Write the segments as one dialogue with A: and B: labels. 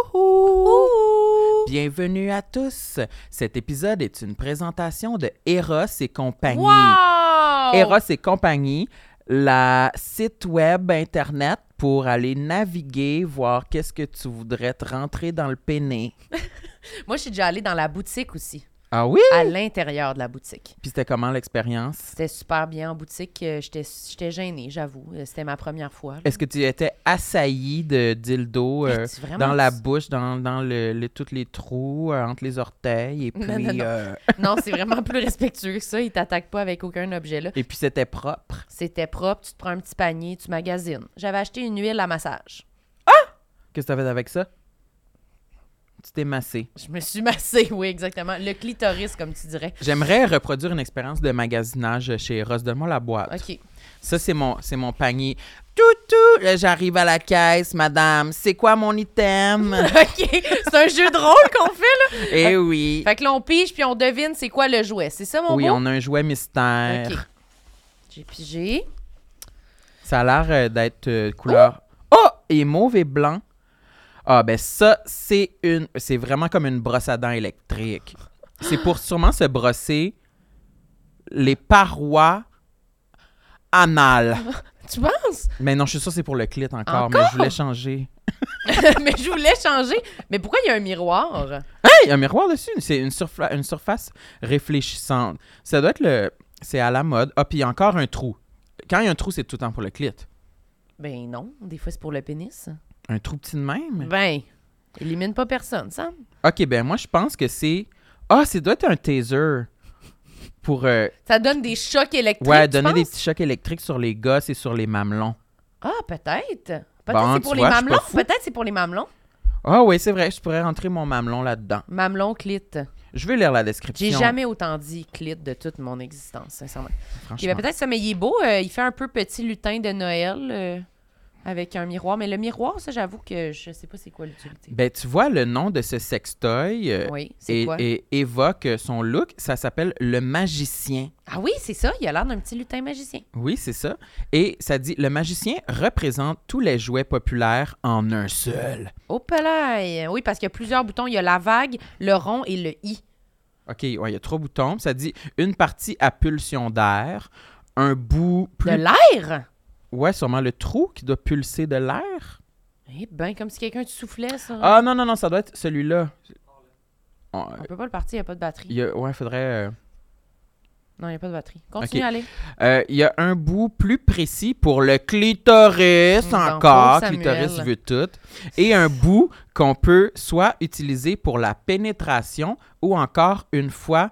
A: Youhou!
B: Ouh!
A: Bienvenue à tous. Cet épisode est une présentation de Eros et compagnie.
B: Wow!
A: Eros et compagnie, la site web internet pour aller naviguer, voir qu'est-ce que tu voudrais te rentrer dans le péné.
B: Moi, je suis déjà allée dans la boutique aussi,
A: Ah oui?
B: à l'intérieur de la boutique.
A: Puis c'était comment l'expérience?
B: C'était super bien en boutique. euh, J'étais j'étais gênée, j'avoue. Euh, C'était ma première fois. là.
A: Est-ce que tu étais assailli de dildo euh,
B: Mais tu- vraiment,
A: dans la
B: tu-
A: bouche, dans, dans le, le- tous les trous, euh, entre les orteils, et puis,
B: Non, non, non.
A: euh,
B: Non, c'est vraiment plus respectueux que ça. Ils t'attaquent pas avec aucun objet là.
A: et puis c'était propre?
B: C'était propre, tu te prends un petit panier, tu magasines. J'avais acheté une huile à massage.
A: Qu'est-ce que tu fait avec ça? Tu t'es massé.
B: Je me suis massée, oui, exactement. Le clitoris, comme tu dirais.
A: J'aimerais reproduire une expérience de magasinage chez Ross. Donne-moi la boîte.
B: OK.
A: Ça, c'est mon, c'est mon panier. Toutou! Là, j'arrive à la caisse, madame. C'est quoi mon item?
B: OK. C'est un jeu de rôle qu'on fait, là.
A: eh oui.
B: Fait que là, on pige, puis on devine c'est quoi le jouet. C'est ça, mon
A: Oui,
B: beau?
A: on a un jouet mystère.
B: OK. J'ai pigé.
A: Ça a l'air euh, d'être euh, couleur. Oh! Et mauve et blanc. Ah, ben ça, c'est une. C'est vraiment comme une brosse à dents électrique. C'est pour sûrement se brosser les parois anales.
B: Tu penses?
A: Mais non, je suis sûre que c'est pour le clit encore, mais
B: Encore?
A: je voulais changer.
B: Mais je voulais changer. Mais pourquoi il y a un miroir?
A: Hey, un miroir dessus, c'est une, surfla- une surface réfléchissante. Ça doit être le. C'est à la mode. Ah, puis il y a encore un trou. Quand il y a un trou, c'est tout le temps pour le clit.
B: Ben non, des fois c'est pour le pénis.
A: Un trou petit de même.
B: Ben, élimine pas personne, ça.
A: Ok, ben moi je pense que c'est. Ah, ça doit être un taser. Pour euh,
B: Ça donne des chocs électriques.
A: ouais,
B: tu
A: donner des
B: penses?
A: petits chocs électriques sur les gosses et sur les mamelons.
B: Ah, peut-être. Peut-être
A: Bon,
B: c'est
A: tu
B: pour les
A: vois, je suis pas
B: mamelons.
A: fou.
B: Peut-être c'est pour les mamelons.
A: Ah oui, c'est vrai, je pourrais rentrer mon mamelon là-dedans.
B: Mamelon, clit.
A: Je vais lire la
B: J'ai
A: description.
B: jamais autant dit clit de toute mon existence, sincèrement.
A: franchement.
B: Il peut-être ça, mais il est beau. euh, il fait un peu petit lutin de Noël euh, avec un miroir. Mais le miroir, ça, j'avoue que je sais pas c'est quoi l'utilité.
A: Ben tu vois, le nom de ce sextoy euh,
B: Oui, c'est
A: et,
B: quoi?
A: et évoque euh, son look. Ça s'appelle le magicien.
B: Ah oui, c'est ça. Il a l'air d'un petit lutin magicien.
A: Oui, c'est ça. Et ça dit le magicien représente tous les jouets populaires en un seul.
B: Oh, pelaille! Oui, parce qu'il y a plusieurs boutons. Il y a la vague, le rond et le i.
A: OK, ouais, il y a trois boutons. Ça dit une partie à pulsion d'air, un bout plus.
B: De l'air?
A: Ouais, sûrement le trou qui doit pulser de l'air.
B: Eh ben, comme si quelqu'un te soufflait, ça.
A: Ah non, non, non, ça doit être celui-là. On-
B: On peut pas le partir, il n'y a pas de batterie.
A: il y a, ouais, faudrait. euh,
B: Non, il n'y a pas de batterie. Continue,
A: Ok.
B: allez.
A: euh, il y a un bout plus précis pour le clitoris
B: Mm, donc,
A: encore.
B: pauvre
A: Clitoris
B: Samuel.
A: veut tout. Et un bout qu'on peut soit utiliser pour la pénétration ou encore une fois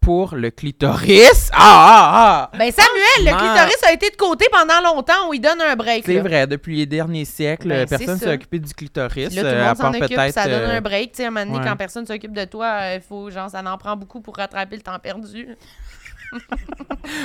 A: pour le clitoris. Ah, ah, ah!
B: Ben, Samuel, le
A: Franchement.
B: clitoris a été de côté pendant longtemps. On lui donne un break.
A: C'est
B: là.
A: vrai, depuis les derniers siècles,
B: Ben, c'est
A: personne ne
B: ça.
A: s'est occupé du clitoris,
B: Puis Là, tout
A: euh,
B: le
A: à
B: monde s'en
A: part
B: occupe, puis
A: peut-être.
B: ça donne
A: euh,
B: un break. Tu sais, à un moment donné,
A: ouais.
B: quand personne s'occupe de toi, euh, faut, genre, ça en prend beaucoup pour rattraper le temps perdu.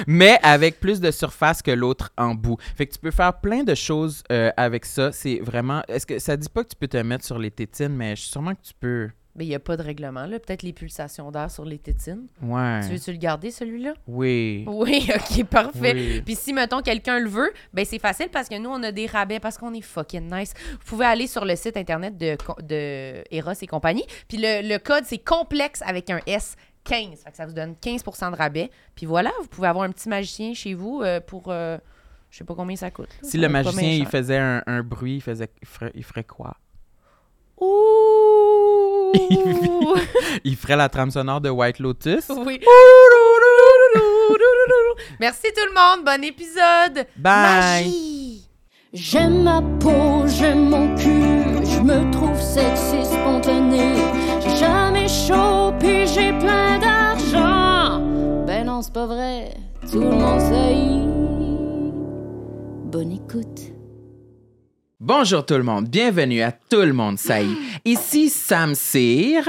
A: mais avec plus de surface que l'autre en bout. Fait que tu peux faire plein de choses euh, avec ça. C'est vraiment. Est-ce que ça dit pas que tu peux te mettre sur les tétines, mais je suis sûrement que tu peux.
B: Mais il n'y a pas de règlement, là. Peut-être les pulsations d'air sur les tétines.
A: Ouais.
B: Tu veux-tu le garder, celui-là?
A: Oui.
B: Oui, OK, parfait.
A: Oui.
B: Puis si, mettons, quelqu'un le veut, ben c'est facile parce que nous, on a des rabais parce qu'on est fucking nice. Vous pouvez aller sur le site internet de, co- de Eros et compagnie. Puis le, le code, c'est complexe avec un S. 15, Fait que ça vous donne 15 de rabais. Puis voilà, vous pouvez avoir un petit magicien chez vous euh, pour... euh, je sais pas combien ça coûte. là.
A: Si
B: Ça
A: le
B: coûte pas
A: magicien
B: bien
A: il
B: cher.
A: faisait un, un bruit, il faisait il ferait, il ferait quoi
B: Ouh!
A: Il ferait la trame sonore de White Lotus.
B: oui. Merci tout le monde. Bon épisode.
A: Bye.
B: Magie.
C: J'aime ma peau, j'aime mon cul, je me trouve sexy spontané. J'ai jamais chaud, puis j'ai plein d'argent. Ben non, c'est pas vrai, tout le monde sait. Bonne écoute.
A: Bonjour tout le monde, bienvenue à Tout le monde ça y est. Ici Sam Cyr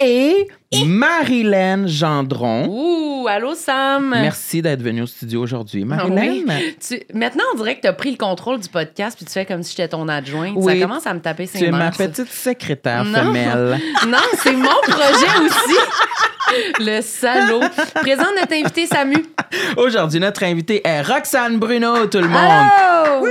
A: et Marilyn Gendron.
B: Ouh, allô Sam.
A: Merci d'être venu au studio aujourd'hui, Marilyn.
B: Tu- Maintenant, on dirait que tu as pris le contrôle du podcast puis tu fais comme si j'étais ton adjointe.
A: Oui.
B: Ça commence à me taper
A: Tu
B: ses
A: es ma
B: mains. ça.
A: petite secrétaire
B: Non.
A: femelle.
B: Non, c'est mon projet aussi. Le salaud. Présente notre invité Samu.
A: Aujourd'hui, notre invitée est Roxane Bruno, tout le monde.
B: Allô!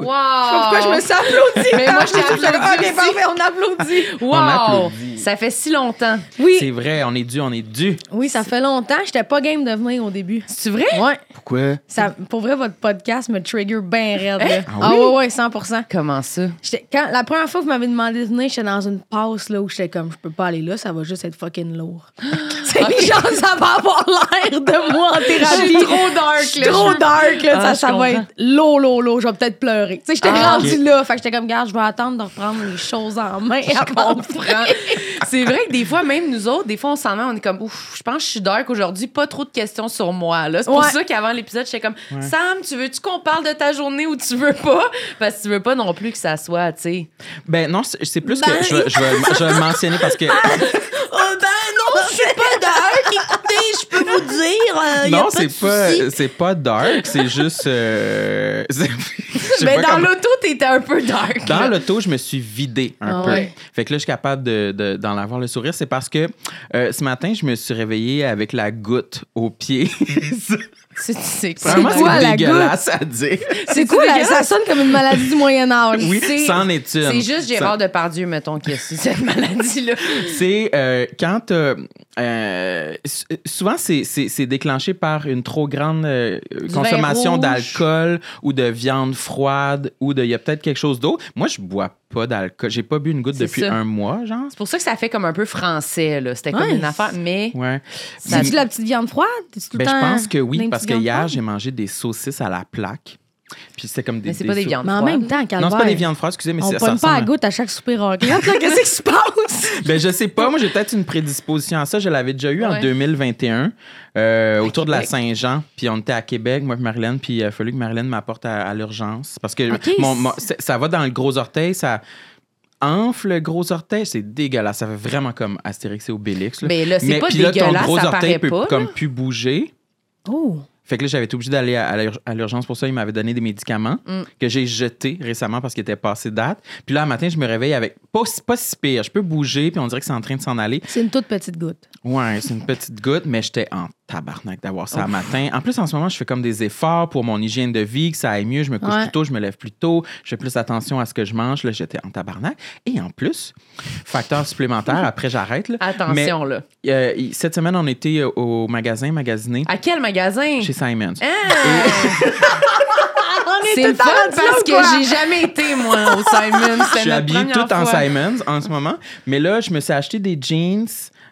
B: Wow!
D: Je sais pas pourquoi je me suis applaudie.
B: Mais moi, je t'ai
D: J'étais comme, Ah,
B: applaudi
D: mais
B: aussi.
D: parfait, on applaudit.
B: Wow!
A: On applaudit.
B: Ça fait si longtemps.
A: C'est vrai, on est dû, on est dû.
E: Oui, ça fait longtemps. J'étais pas game de venir au début.
B: C'est vrai?
E: Ouais.
A: Pourquoi?
E: Ça, pour vrai, votre podcast me trigger bien raide. là.
A: Ah
E: Ah
A: oui?
E: ouais, ouais, 100%.
B: Comment ça?
E: J'étais- Quand, la première fois que vous m'avez demandé de venir, j'étais dans une passe là, où j'étais comme, je peux pas aller là, ça va juste être fucking lourd. C'est genre, ça va avoir l'air de moi en
B: Je
E: thérapie.
B: suis trop dark,
E: Je suis trop dark, là,
B: Ah,
E: ça,
B: je
E: ça va
B: comprends.
E: être lourd, lourd, lourd. Je vais peut-être pleurer. Tu sais, j'étais
B: Ah,
E: rendue là. Fait que j'étais comme, garde, je vais attendre de reprendre les choses en main avant de
B: comprends. C'est vrai que des fois, même nous autres, des fois, on s'en met, on est comme, ouf, je pense que je suis dark aujourd'hui, pas trop de questions sur moi. là. C'est pour
E: Ouais.
B: ça qu'avant l'épisode, j'étais comme, Sam, tu veux-tu qu'on parle de ta journée ou tu veux pas? Parce que tu veux pas non plus que ça soit, tu sais.
A: Ben non, c'est c'est plus que je, vais- je vais, je vais le mentionner parce que
D: Oh, ben non, je suis pas dark. Écoutez, je peux vous dire. euh, y a
A: non,
D: pas de
A: c'est pas
D: souci.
A: c'est pas dark, c'est juste euh, c'est- je sais
B: Mais
A: pas
B: Ben, dans
A: comment-
B: l'auto, t'étais un peu dark.
A: dans
B: là.
A: l'auto, je me suis vidé un
E: Ah
A: peu.
E: ouais.
A: Fait que là, je suis capable de, de- d'en avoir le sourire. C'est parce que euh, ce matin, je me suis réveillé avec la goutte au pied.
B: C'est c'est- c'est-
A: Vraiment,
E: quoi, la
A: c'est dégueulasse à dire.
E: C'est quoi? la- Ça sonne comme une maladie du Moyen-Âge.
A: Oui,
B: C'est-
A: c'en est une.
B: C'est juste
A: Ça-
B: Gérard Depardieu, mettons, qui a su cette maladie-là.
A: C'est euh, quand euh, euh, s- souvent c'est- c'est c'est déclenché par une trop grande euh, consommation
B: rouge.
A: d'alcool ou de viande froide ou de il y a peut-être quelque chose d'autre. Moi je bois pas d'alcool, j'ai pas bu une goutte
B: C'est
A: depuis
B: ça.
A: un mois genre.
B: C'est pour ça que ça fait comme un peu français, là. C'était comme
E: Ouais.
B: une affaire, mais...
A: Ouais.
E: Ça tu de la petite viande froide? T'es-tu tout le
A: Ben, je
E: temps
A: pense que
E: dans
A: oui
E: une
A: parce que
E: petite viande
A: hier
E: froide?
A: j'ai mangé des saucisses à la plaque. Puis c'est comme des
B: Mais c'est pas des
A: sau-
B: viandes.
E: Mais en même temps, calvaire. Ah,
A: Non, c'est pas des viandes froides, excusez mais
E: On
A: ça, ça
E: pogne pas
A: ressemble
E: à
A: à-
E: goutte à chaque souper rock. Qu'est-ce qui se passe?
A: Ben, je sais pas. Moi, j'ai peut-être une prédisposition à ça. Je l'avais déjà eu en
B: Ouais.
A: 2021, euh, autour de la
B: Québec.
A: Saint-Jean. Puis on était à Québec, moi et Marilyn. Puis il a fallu que Marilyn m'apporte à, à l'urgence. Parce que
E: Ok,
A: mon-
E: c'est-
A: mon- c'est- ça va dans le gros orteil, ça enfle le gros orteil. C'est dégueulasse. Ça fait vraiment comme Astérix et Obélix. Là.
B: Mais Ben là, c'est
A: Mais
B: pas
A: puis là, ton
B: dégueulasse,
A: gros
B: ça
A: orteil
B: paraît
A: peut
B: pas. là.
A: comme plus bouger.
E: Oh!
A: Fait que là, j'avais été obligé d'aller à, à l'ur- à l'urgence pour ça. Il m'avait donné des médicaments
B: Mm.
A: que j'ai jetés récemment parce qu'ils étaient passés date. Puis là, un matin, je me réveille avec pas, si- pas si pire. Je peux bouger, puis on dirait que c'est en train de s'en aller.
E: C'est une toute petite goutte.
A: Ouais, c'est une petite goutte, mais j'étais en tabarnak d'avoir ça à matin. En plus, en ce moment, je fais comme des efforts pour mon hygiène de vie, que ça aille mieux. Je me couche
E: Ouais.
A: plus tôt, je me lève plus tôt, je fais plus attention à ce que je mange. Là, j'étais en tabarnak. Et en plus, facteur supplémentaire, après j'arrête. là,
B: Attention, là.
A: mais, euh, y- cette semaine, on était euh, au magasin, magasiner,
B: À quel magasin?
A: chez Simons.
B: Ah! C'est le fun parce que j'ai jamais été, moi, au Simon.
A: Je suis habillée tout en
B: Simon.
A: Simons en ce moment. Mais là, je me suis acheté des jeans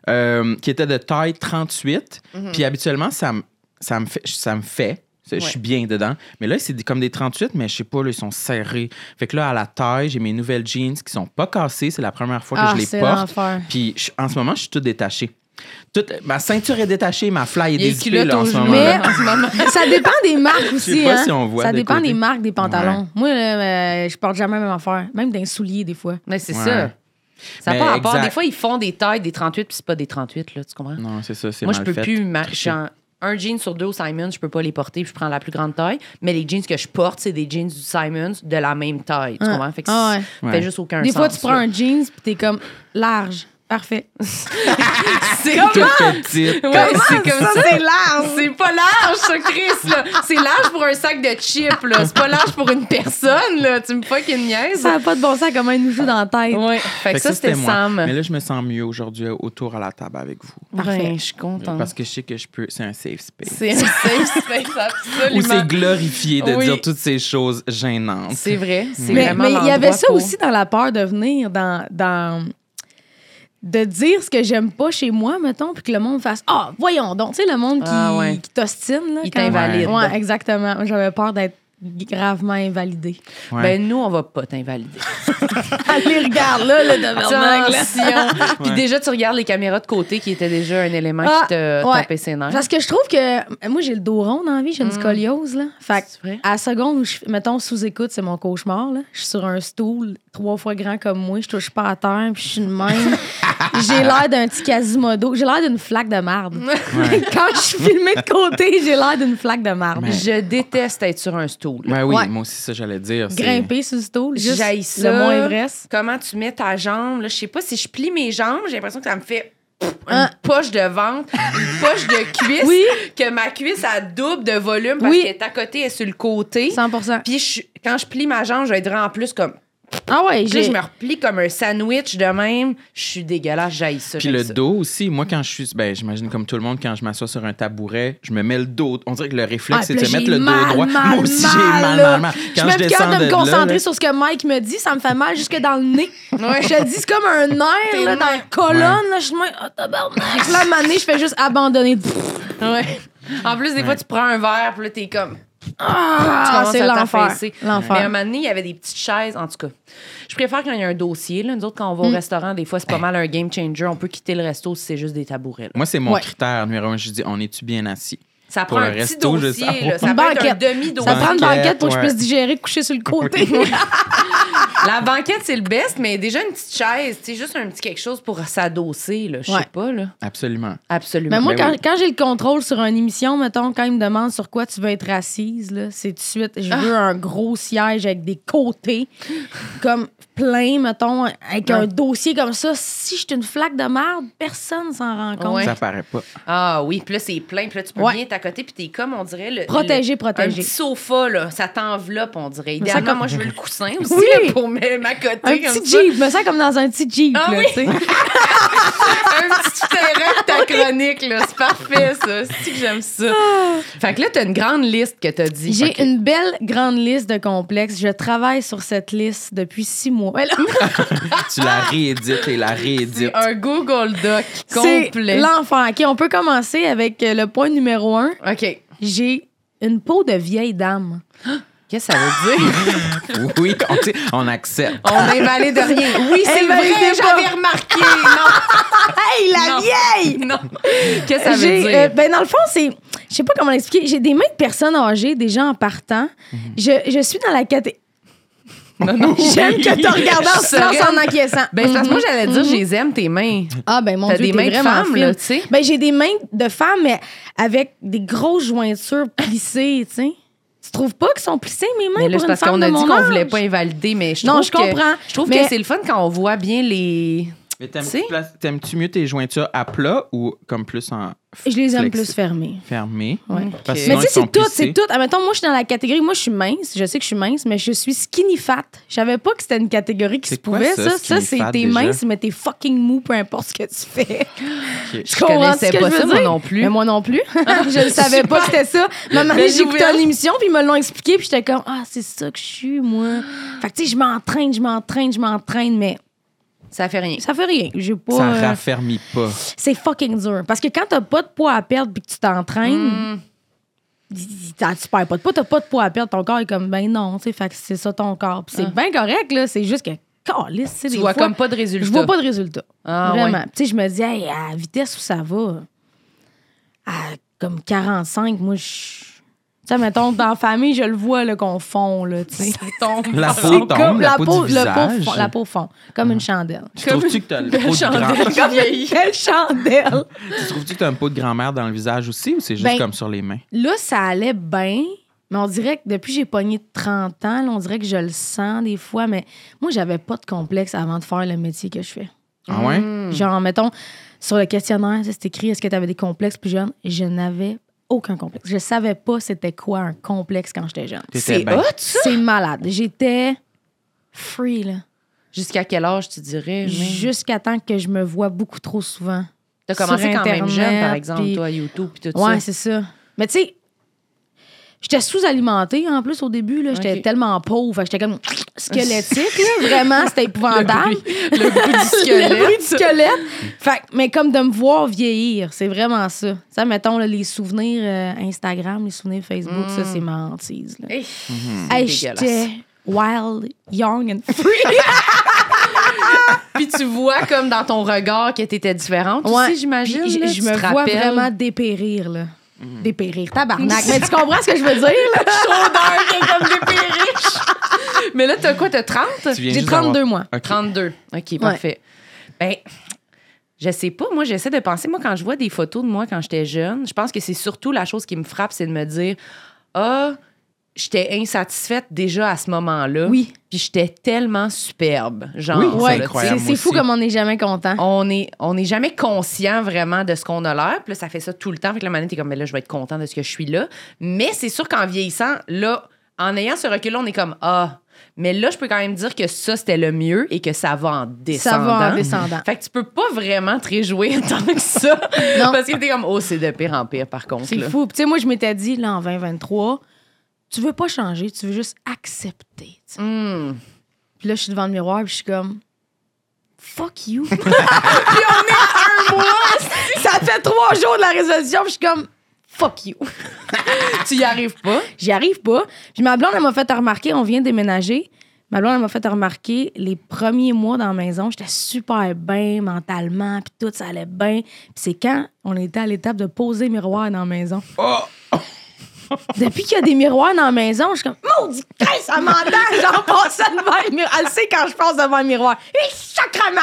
A: euh, qui étaient de taille 38. Puis habituellement, ça me ça me fait. Ça me fait je suis bien dedans. Mais là, c'est des- comme des 38, mais je sais pas, là, ils sont serrés. Fait que là, à la taille, j'ai mes nouvelles jeans qui sont pas cassées. C'est la première fois que
E: Ah,
A: je les
E: c'est
A: porte.
E: l'enfer.
A: Puis je- en ce moment, je suis tout détaché. Toute, ma ceinture est détachée, ma fly est
B: Il y a les
A: déguisée
B: culottes
A: là, en
B: au
A: ce
B: genou.
A: moment.
E: Mais ça dépend des marques aussi.
A: sais pas
E: hein.
A: si on voit
E: ça
A: des
E: dépend
A: côtés.
E: des marques des pantalons. Moi, là, euh, je porte jamais la même affaire. Même d'un soulier, des fois.
B: Mais c'est
A: Ouais.
B: ça. Ça n'a
A: Mais
B: pas rapport.
A: exact.
B: Des fois, ils font des tailles des 38, puis c'est pas des 38, là, tu comprends?
A: Non, c'est ça, c'est
B: Moi, je
A: mal
B: peux
A: fait.
B: plus. ma- je suis
A: Tricher.
B: en- un jean sur deux au Simons, je peux pas les porter, puis je prends la plus grande taille. Mais les jeans que je porte, c'est des jeans du Simons de la même taille. Tu
E: Ah.
B: comprends? Fait que
E: Ah
B: c'est-
E: ouais.
B: ça fait
A: Ouais.
B: juste aucun
E: des
B: sens.
E: fois, tu prends
B: là.
E: un jeans puis t'es comme large. Parfait.
B: C'est
A: Toute
B: comme-
A: petite.
B: Ouais, c'est comme ça, c'est large. C'est pas large, ça, Chris, là. C'est large pour un sac de chips, là. C'est pas large pour une personne, là. Tu me fucking niaises.
E: Ça n'a pas de bon sens comment il nous joue dans la tête.
B: Ouais. Fait que ça, c'était
A: moi. Mais
B: Sam.
A: là, je me sens mieux aujourd'hui autour à la table avec vous.
B: Ouais, je suis contente.
A: Parce que je sais que je peux. C'est un safe space.
B: C'est un safe space,
A: Où c'est
B: absolument.
A: glorifié de
B: Oui.
A: dire toutes ces choses gênantes.
B: C'est vrai. C'est
E: Mais
B: vraiment
E: mais il y avait
B: l'endroit
E: ça
B: pour-
E: aussi dans la peur de venir, dans, dans- de dire ce que j'aime pas chez moi, mettons, puis que le monde fasse Ah, voyons donc, tu sais, le monde qui,
B: Ah ouais.
E: qui t'ostine. là,
B: Il
E: quand-
B: t'invalide.
E: Ouais, exactement. Moi, J'avais peur d'être gravement invalidée.
A: Ouais.
B: Ben, nous, on va pas t'invalider.
E: Allez, regarde là, le
B: Attention. Puis
A: Ouais.
B: déjà, tu regardes les caméras de côté qui étaient déjà un élément
E: Ah,
B: qui te
E: ouais.
B: tapait ses nerfs. Mm.
E: Parce que je trouve que moi, j'ai le dos rond dans la vie, j'ai une scoliose. Là. Fait que
B: C'est vrai.
E: à la seconde où je, mettons, sous-écoute, c'est mon cauchemar. Là. Je suis sur un stool trois fois grand comme moi, je touche pas à terre, puis je suis de même. j'ai l'air d'un petit Quasimodo. J'ai l'air d'une flaque de marde. Quand je suis filmée de côté, j'ai l'air d'une flaque de marde.
A: Mais-
B: Je déteste être sur un stool.
A: Ben oui,
E: Ouais.
A: moi aussi, ça, j'allais dire. c'est-
E: Grimper sur le stool, juste
B: J'haïs ça.
E: le moins vrai.
B: Comment tu mets ta jambe? Là, je sais pas si je plie mes jambes, j'ai l'impression que ça me fait
E: Hein?
B: une poche de ventre, une poche de cuisse,
E: Oui.
B: que ma cuisse a double de volume parce
E: Oui.
B: qu'elle est à côté, elle est sur le côté.
E: 100
B: Puis je- quand je plie ma jambe, je vais être en plus comme.
E: Ah ouais,
B: Puis là,
E: j'ai.
B: je me replie comme un sandwich de même. Je suis dégueulasse, j'aille ça.
A: Puis
B: j'aime
A: le
B: ça.
A: dos aussi, moi quand je suis ben j'imagine comme tout le monde quand je m'assois sur un tabouret, je me mets le dos, on dirait que le réflexe
E: Ah,
A: c'est de
E: puis là,
A: se mettre
E: j'ai
A: le dos
E: mal,
A: droit.
E: mal,
A: moi aussi j'ai
E: mal,
A: mal,
E: là.
A: mal, mal.
E: Je
A: Quand
E: suis
A: je,
E: même plus
A: descends
E: capable de me
A: là,
E: concentrer
A: là,
E: sur ce que Mike me dit. Ça me fait mal jusque dans le nez. Je te dis, c'est comme un nerf là, dans la colonne. Là, je suis même, oh, tabarnak. Puis Là, à un moment donné, je fais juste abandonner.
B: Ouais. En plus, des fois, tu prends un verre, puis là, t'es comme.
E: Ah,
B: commences
E: c'est
B: à
E: l'enfer.
B: t'affaisser. Mais à un
E: L'enfer.
B: moment donné, il y avait des petites chaises. En tout cas, je préfère quand il y a un dossier. Là. Nous autres, quand on va
E: Mm.
B: au restaurant, des fois, c'est
E: Eh.
B: pas mal un game changer. On peut quitter le resto si c'est juste des tabourets. là.
A: Moi c'est mon
E: Ouais.
A: critère numéro un, je dis on est-tu bien assis.
B: Ça
A: Pour
B: prend
A: le
B: un petit
A: resto, je
B: dossier.
A: sais
B: là.
A: pas.
B: Ça
E: Une
B: peut être un
E: banquette.
B: demi-dossier.
E: Ça prend une banquette pour que je
A: ouais.
E: puisse digérer, coucher sur le côté.
B: La banquette, c'est le best, mais déjà une petite chaise, c'est juste un petit quelque chose pour s'adosser, là. Je sais
E: Ouais.
B: pas, là.
A: Absolument.
B: Absolument.
E: Mais moi,
A: Ben
E: quand,
A: oui.
E: quand j'ai le contrôle sur une émission, mettons, quand ils me demandent sur quoi tu veux être assise, là, c'est tout de suite, je veux
B: Ah.
E: un gros siège avec des côtés, comme plein, mettons, avec un dossier comme ça. Si je suis une flaque de merde, personne s'en rend compte.
B: Ouais.
A: Ça paraît pas.
B: Ah oui, puis là, c'est plein, puis là, tu peux
E: Ouais.
B: bien t'accoter, puis t'es comme, on dirait, le.
E: Protégé,
B: le- Un
E: protégé.
B: petit sofa, là. Ça t'enveloppe, on dirait.
E: Mais ça,
B: Idéalement,
E: comme-
B: moi, je veux le coussin aussi,
E: Oui!
B: là, pour me- m'accoter.
E: Un
B: comme
E: petit
B: ça.
E: Jeep, je me sens comme dans un petit Jeep.
B: Ah
E: là,
B: oui! Ah
E: tu sais.
B: un petit terrain de ta chronique, là. C'est parfait, ça. C'est que j'aime ça. Fait que là, t'as une grande liste que t'as dit.
E: J'ai
B: Fait que-
E: une belle grande liste de complexes. Je travaille sur cette liste depuis six mois. Ben là,
A: Tu la réédites et la réédites.
B: C'est
E: Ah!
B: un Google Doc
E: C'est
B: complet.
E: l'enfant. OK, on peut commencer avec euh, le point numéro un.
B: OK.
E: J'ai une peau de vieille dame.
B: Qu'est-ce que ça veut dire?
A: Oui, on, tu sais, on accepte.
B: On invalide de rien. Oui, c'est vrai,
E: Invalidez pas.
B: j'avais remarqué. Non,
E: Hey, la
B: Non.
E: vieille!
B: non. Qu'est-ce que ça veut
E: J'ai,
B: dire?
E: euh, ben dans le fond, c'est. Je sais pas comment l'expliquer. J'ai des mains de personnes âgées, des gens en partant.
B: Mhm.
E: Je, je suis dans la catégorie.
B: non, non.
E: J'aime que tu regardes en
B: Je
E: silence
B: serais-
E: en acquiesçant.
B: Ben, c'est parce que moi, j'allais dire, je les aime, tes mains.
E: Ah, ben mon
B: T'as
E: Dieu,
B: des
E: t'es
B: mains de
E: vraiment
B: femme,
E: fine.
B: là, tu sais.
E: Ben, j'ai des mains de femme, mais avec des grosses jointures plissées, tu sais. Tu trouves pas qu'ils sont plissées, mes mains,
B: Mais là,
E: pour
B: c'est
E: une
B: parce
E: femme
B: qu'on
E: de
B: a dit
E: mon
B: qu'on
E: âge?
B: voulait pas invalider, mais je trouve
E: Non, je
B: que-
E: comprends,
B: Je trouve
E: mais-
B: que c'est le fun quand on voit bien les...
A: Mais t'aimes-
B: Tu sais?
A: pla- t'aimes-tu mieux tes jointures à plat ou comme plus en
E: Je les aime
A: flexi-
E: plus fermées.
A: fermées?
E: Ouais.
B: Mm.
A: Parce que sinon,
E: Mais tu sais,
A: ils sont
E: c'est tout,
A: plissés.
E: c'est tout. Admettons, moi, je suis dans la catégorie, moi, je suis mince, je sais que je suis mince, mais je suis skinny fat. Je savais pas que c'était une catégorie qui
A: C'est
E: se
A: quoi
E: pouvait,
A: ça,
E: ça. Ça,
A: skinny
E: c'est
A: fat,
E: t'es
A: déjà?
E: mince, mais t'es fucking mou, peu importe ce que tu fais.
A: Je
E: comprends
B: connaissais
E: ce que
B: pas
E: je
B: ça,
E: veux
B: moi
E: dire.
B: non plus.
E: Mais moi non plus. Ah, je ne savais pas que c'était ça. Ma maman,
B: belle
E: j'écoutais
B: nouvelle.
E: une émission, puis ils me l'ont expliqué, puis j'étais comme, ah, c'est ça que je suis, moi. Fait que, tu sais, je m'entraîne, je m'entraîne, je m'entraîne, mais
B: Ça fait rien.
E: ça fait rien. J'ai pas.
A: Ça
E: euh,
A: raffermit pas.
E: c'est fucking dur. Parce que quand t'as pas de poids à perdre puis que tu
B: Hmm.
E: t'entraînes, t'as- tu perds pas de poids, t'as pas de poids à perdre, ton corps est comme ben non, tu sais, fait que c'est ça ton corps. Puis c'est bien correct, là, c'est juste que calisse, c'est
B: Ah. Tu
E: des
B: vois
E: fois,
B: comme pas de résultat.
E: Je vois pas de résultat.
B: Ah,
E: Vraiment. Tu sais, je me dis, hey, à la vitesse où ça va, à comme 45, moi, je. Tu sais, mettons, dans la famille, je le vois, là, qu'on fond, là, tu sais.
A: La peau
E: Ah, C'est
A: tombe,
E: comme
A: la, peau,
E: peau-
A: du
E: le peau
A: visage.
E: fond- la peau fond, comme une chandelle.
A: Tu trouves-tu que t'as le pot de grand-
E: Comme une belle chandelle.
A: tu trouves-tu que t'as un pot de grand-mère dans le visage aussi ou c'est juste
E: Ben,
A: comme sur les mains?
E: Là, ça allait bien, mais on dirait que depuis que j'ai pogné 30 ans, là, on dirait que je le sens des fois, mais moi, j'avais pas de complexe avant de faire le métier que je fais. Mm.
A: Ah ouais?
E: hmm. Genre, mettons, sur le questionnaire, ça, c'est écrit est-ce que tu avais des complexes plus jeune Je n'avais aucun complexe. Je savais pas c'était quoi un complexe quand j'étais jeune.
A: T'étais
B: C'est
A: bien.
B: hot, ça.
E: C'est malade. J'étais free, là.
B: Jusqu'à quel âge, tu dirais? mais-
E: Jusqu'à temps que je me vois beaucoup trop souvent.
B: T'as commencé
E: sur
B: quand même jeune, par
E: Internet,
B: exemple,
E: puis-
B: toi, YouTube, puis tout ça.
E: Ouais, c'est ça. Mais tu sais, j'étais sous-alimentée en plus au début. là. J'étais
B: Ok.
E: tellement pauvre. Fait que J'étais comme squelettique. là. Vraiment, c'était épouvantable.
B: Le bruit du
E: Le bruit
B: squelette.
E: du squelette. Fait, que- mais comme de me voir vieillir, c'est vraiment ça. Ça, mettons, là, les souvenirs euh, Instagram, les souvenirs Facebook, ça, c'est ma hantise. là.
B: Hey,
E: Hey,
B: Mm. c'est dégueulasse.
E: j'étais wild, young and free.
B: Puis tu vois comme dans ton regard que t'étais différente
E: Ouais.
B: aussi, j'imagine.
E: Puis
B: là,
E: Je
B: tu
E: me
B: te
E: vois
B: rappelles. Mm.
E: vraiment dépérir, là. Dépérir, tabarnak. mais tu comprends ce que je veux dire, là?
B: Chaudeur qui est comme des perruches. Mais là, t'as quoi? T'as 30?
A: Tu viens
E: J'ai
A: juste d'avoir-
E: 32 mois.
A: Ok.
B: 32. OK, parfait. Ben, je sais pas. Moi, j'essaie de penser. Moi, quand je vois des photos de moi quand j'étais jeune, je pense que c'est surtout la chose qui me frappe, c'est de me dire Ah, j'étais insatisfaite déjà à ce moment-là.
E: Oui.
B: Puis j'étais tellement superbe. Genre,
A: Oui,
B: ça,
A: ouais,
B: là, tu sais.
A: incroyable,
E: C'est c'est fou
A: moi aussi.
E: comme on n'est jamais content.
B: On est, on est jamais conscient vraiment de ce qu'on a l'air. Puis là, ça fait ça tout le temps. Fait que la manette, t'es comme, mais là, je vais être content de ce que je suis là. Mais c'est sûr qu'en vieillissant, là, en ayant ce recul-là, on est comme, ah. Mais là, je peux quand même dire que ça, c'était le mieux et que ça va en
E: Ça
B: descendant.
E: va en descendant.
B: Fait que tu peux pas vraiment te réjouir tant que ça.
E: Non.
B: Parce que t'es comme, oh, c'est de pire en pire, par contre.
E: C'est
B: là.
E: fou. Puis Tu sais, moi, je m'étais dit, là, en 2023, tu veux pas changer, tu veux juste accepter. tu sais.
B: Hmm.
E: Puis là, je suis devant le miroir, puis je suis comme, fuck you. puis on est à un mois. Ça fait trois jours de la résolution, puis je suis comme, fuck you.
B: Tu y arrives pas.
E: J'y arrive pas. Puis ma blonde, elle m'a fait remarquer, on vient de déménager. Ma blonde, elle m'a fait remarquer les premiers mois dans la maison, j'étais super bien mentalement, puis tout, ça allait bien. Puis c'est quand on était à l'étape de poser miroir dans la maison.
A: Oh!
E: Depuis qu'il y a des miroirs dans la maison, je suis comme Maudit, qu'est-ce ça m'entend? J'en passe devant le miroir. Elle sait quand je passe devant le miroir. Et sacrement!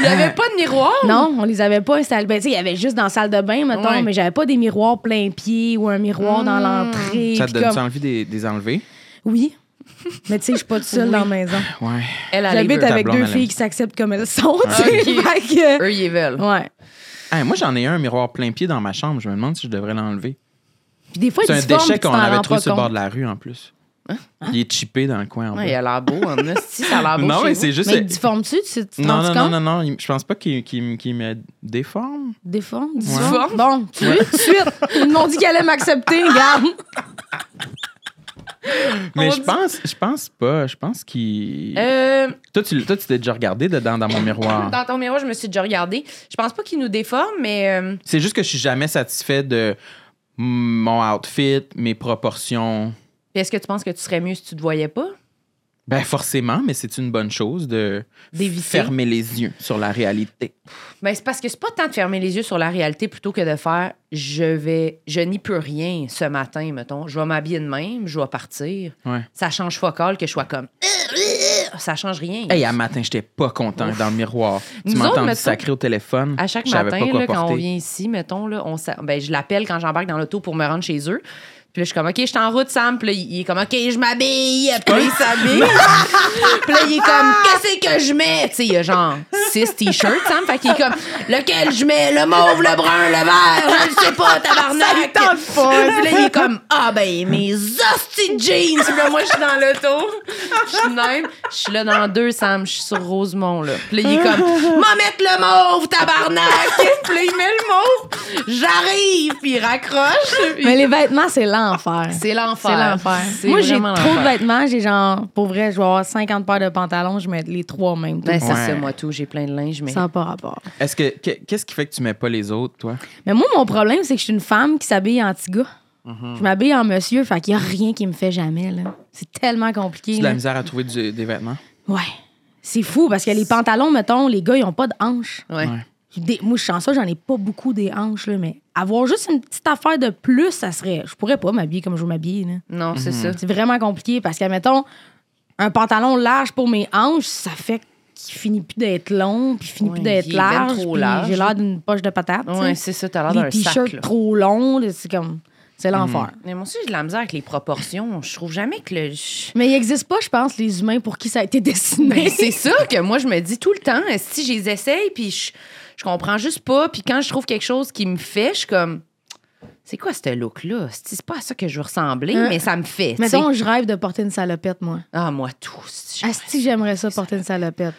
B: Il y avait pas de miroir.
E: Non, on les avait pas installés. Ben, tu sais, il y avait juste dans la salle de bain, mettons,
B: Ouais.
E: mais j'avais pas des miroirs plein pied ou un miroir dans
A: Hmm.
E: l'entrée.
A: Ça
E: puis
A: te donne
E: comme-
A: envie de les enlever?
E: oui. Mais tu sais, je suis pas toute seule dans la maison.
A: Ouais.
B: Elle, elle les
E: J'habite
B: veut.
E: avec
A: Ta blonde, elle
E: deux
A: aime. Ah,
E: filles qui s'acceptent comme elles sont. tu sais.
B: ok.
E: Fait que-
B: Eux, ils veulent.
E: Ouais.
A: Hey, moi, j'en ai un, un miroir plein pied dans ma chambre. Je me demande si je devrais l'enlever.
E: Puis des fois,
A: C'est
E: ils
A: un
E: se forment,
A: déchet
E: puis tu
A: qu'on
E: t'en
A: avait
E: rends
A: trouvé
E: pas
A: sur le bord
E: compte. Hein?
A: de la rue, en plus. Il est chippé dans le coin en
B: Ouais, il
A: bas.
B: a l'air beau, en esti, ça a l'air beau.
A: Non,
B: Ah chez
A: mais
B: vous.
A: c'est juste...
E: Mais ils difforment-tu? Tu tu t'en
A: Non, non,
E: rends
A: non,
E: compte?
A: non, non, il- je pense pas qu'il qu'il- qu'il me déforme.
E: Déforme?
B: Difforme?
E: Bon, tu veux? Tout de suite. Ils m'ont dit qu'elle allait m'accepter, regarde.
A: Mais
B: On
A: je
B: dit-
A: pense, je pense pas. Je pense qu'il.
B: Euh,
A: Toi, tu l- toi, tu t'es déjà regardé dedans dans mon miroir.
B: dans ton miroir, je me suis déjà regardée. Je pense pas qu'il nous déforme, mais euh,
A: C'est juste que je suis jamais satisfait de mon outfit, mes proportions.
B: est-ce que tu penses que tu serais mieux si tu te voyais pas?
A: Ben forcément, mais c'est une bonne chose de
B: D'éviter.
A: fermer les yeux sur la réalité.
B: Ben, c'est parce que c'est pas tant de fermer les yeux sur la réalité plutôt que de faire je vais, je n'y peux rien ce matin, mettons. Je vais m'habiller de même, je vais partir.
A: Ouais.
B: Ça change focal que je sois comme. Ça change rien.
A: Hey, à matin, j'étais pas content dans le miroir. Tu
B: Nous autres,
A: m'entends
B: mettons-
A: sacré au téléphone.
B: À chaque
A: Je savais
B: matin,
A: pas quoi
B: là, quand on
A: porter.
B: vient ici, mettons, là, on s'a- ben, je l'appelle quand j'embarque dans l'auto pour me rendre chez eux. Puis là, je suis comme, OK, je suis en route, Sam. Puis là, il il est comme, OK, je m'habille. Puis là, il s'habille. Puis là, il est comme, Qu'est-ce que je mets? Tu sais, il y a genre six t-shirts, Sam. Fait qu'il est comme, Lequel je mets? Le mauve, le brun, le vert? Je ne sais pas, tabarnak. Ça tente pas. Puis là, il est comme, Ah, ben, mes hosties de jeans. Puis là, moi, je suis dans l'auto. Je suis de même. Je suis là dans deux, Sam. Je suis sur Rosemont, là. Puis là, il est comme, M'en mettre le mauve, tabarnak. Puis là, il met le mauve. J'arrive. Puis il raccroche. Puis
E: Mais les vêtements, c'est l'enfer.
B: c'est l'enfer.
E: C'est l'enfer.
B: C'est
E: Moi, j'ai
B: vraiment
E: trop de
B: l'enfer.
E: vêtements. J'ai genre, pour vrai, je vais avoir 50 paires de pantalons, je mets les trois mêmes.
B: Ben,
A: Ouais.
B: ça, c'est moi tout. J'ai plein de linge, mais.
E: Ça n'a pas rapport.
A: Est-ce que que- qu'est-ce qui fait que tu mets pas les autres, toi
E: Mais moi, mon problème, c'est que je suis une femme qui s'habille en petit gars.
A: Mm-hmm.
E: Je m'habille en monsieur, fait qu'il n'y a rien qui me fait jamais. là. C'est tellement
A: Tu
E: compliqué.
A: as de la
E: là.
A: misère à trouver du- des vêtements
E: Ouais. C'est fou parce que les pantalons, mettons, les gars, ils n'ont pas de hanches.
B: Ouais.
A: Ouais.
E: Des- moi, je suis chanceuse, j'en ai pas beaucoup des hanches, là, mais avoir juste une petite affaire de plus, ça serait. Je pourrais pas m'habiller comme je veux m'habiller. là.
B: Non, c'est ça.
E: C'est vraiment compliqué parce que, mettons, un pantalon large pour mes hanches, ça fait qu'il finit plus d'être long, puis il finit
B: Ouais,
E: plus d'être
B: il est ben
E: large.
B: trop
E: puis
B: large.
E: J'ai l'air d'une poche de patate. tu sais.
B: Ouais, c'est ça, t'as l'air
E: les
B: d'un sac.
E: t-shirts
B: là. Mhm.
E: trop longs, là, c'est comme. C'est l'enfer.
B: Mais moi aussi, j'ai de la misère avec les proportions. Je trouve jamais que le. je-
E: Mais il n'existe pas, je pense, les humains pour qui ça a été dessiné.
B: Ben, c'est ça que moi, je me dis tout le temps. Si je les essaye, puis je, je comprends juste pas, puis quand je trouve quelque chose qui me fait, je suis comme. C'est quoi ce look-là? C'est c'est pas à ça que je veux ressembler,
E: Hein?
B: mais ça me fait. tu sais.
E: Mettons, je rêve de porter une salopette, moi.
B: Ah, moi, tout. si je-
E: Asti, j'aimerais ça porter une salopette.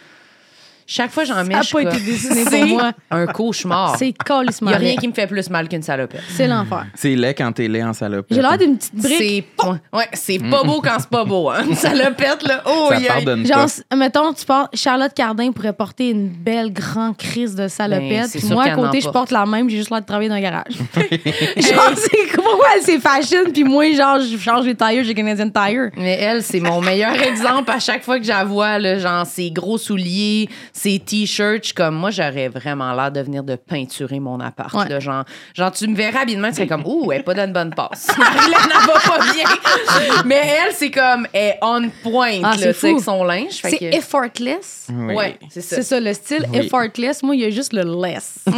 B: Chaque fois, j'en mets.
E: Ça a
B: je suis
E: pas été
B: comme,
E: dessiné pour
B: c'est
E: moi.
B: Un cauchemar.
E: C'est
B: Il
E: calissement.
B: n'y Ah. a rien
E: laid.
B: qui me fait plus mal qu'une salopette.
E: C'est l'enfer.
A: C'est laid quand t'es laid en salopette.
E: J'ai l'air d'une petite brique.
B: C'est ouais, ouais, c'est pas beau quand c'est pas beau. Hein. Une salopette, là. Oh,
A: Ça
B: yeah.
A: pardonne
E: Genre,
A: pas.
E: s- mettons, tu portes, Charlotte Cardin pourrait porter une belle grande crise de
B: Ben,
E: salopette.
B: c'est
E: puis
B: sûr
E: moi, à
B: qu'elle en
E: côté, je
B: porte.
E: porte la même, j'ai juste l'air de travailler dans un garage. genre, c'est pourquoi elle s'est fashion, puis moi, genre, je change les tailleurs, j'ai Canadian Tire.
B: Mm. Mais elle, c'est mon meilleur exemple à chaque fois que j'avoue, là, genre ses gros souliers, ses t-shirts. Je suis comme, moi, j'aurais vraiment l'air de venir de peinturer mon appart.
E: Ouais.
B: là, genre, genre, tu me verrais habilement, tu serais comme, ouh, elle est pas dans une bonne passe. Marilyn, elle va pas bien. Mais elle, c'est comme, elle est on point,
E: Ah,
B: là, tu sais,
E: c'est fou.
B: avec son linge. Fait
E: C'est
B: que-
E: effortless.
A: Oui.
B: Ouais, c'est ça.
E: C'est ça, le style
A: Oui.
E: effortless. Moi, il y a juste le less.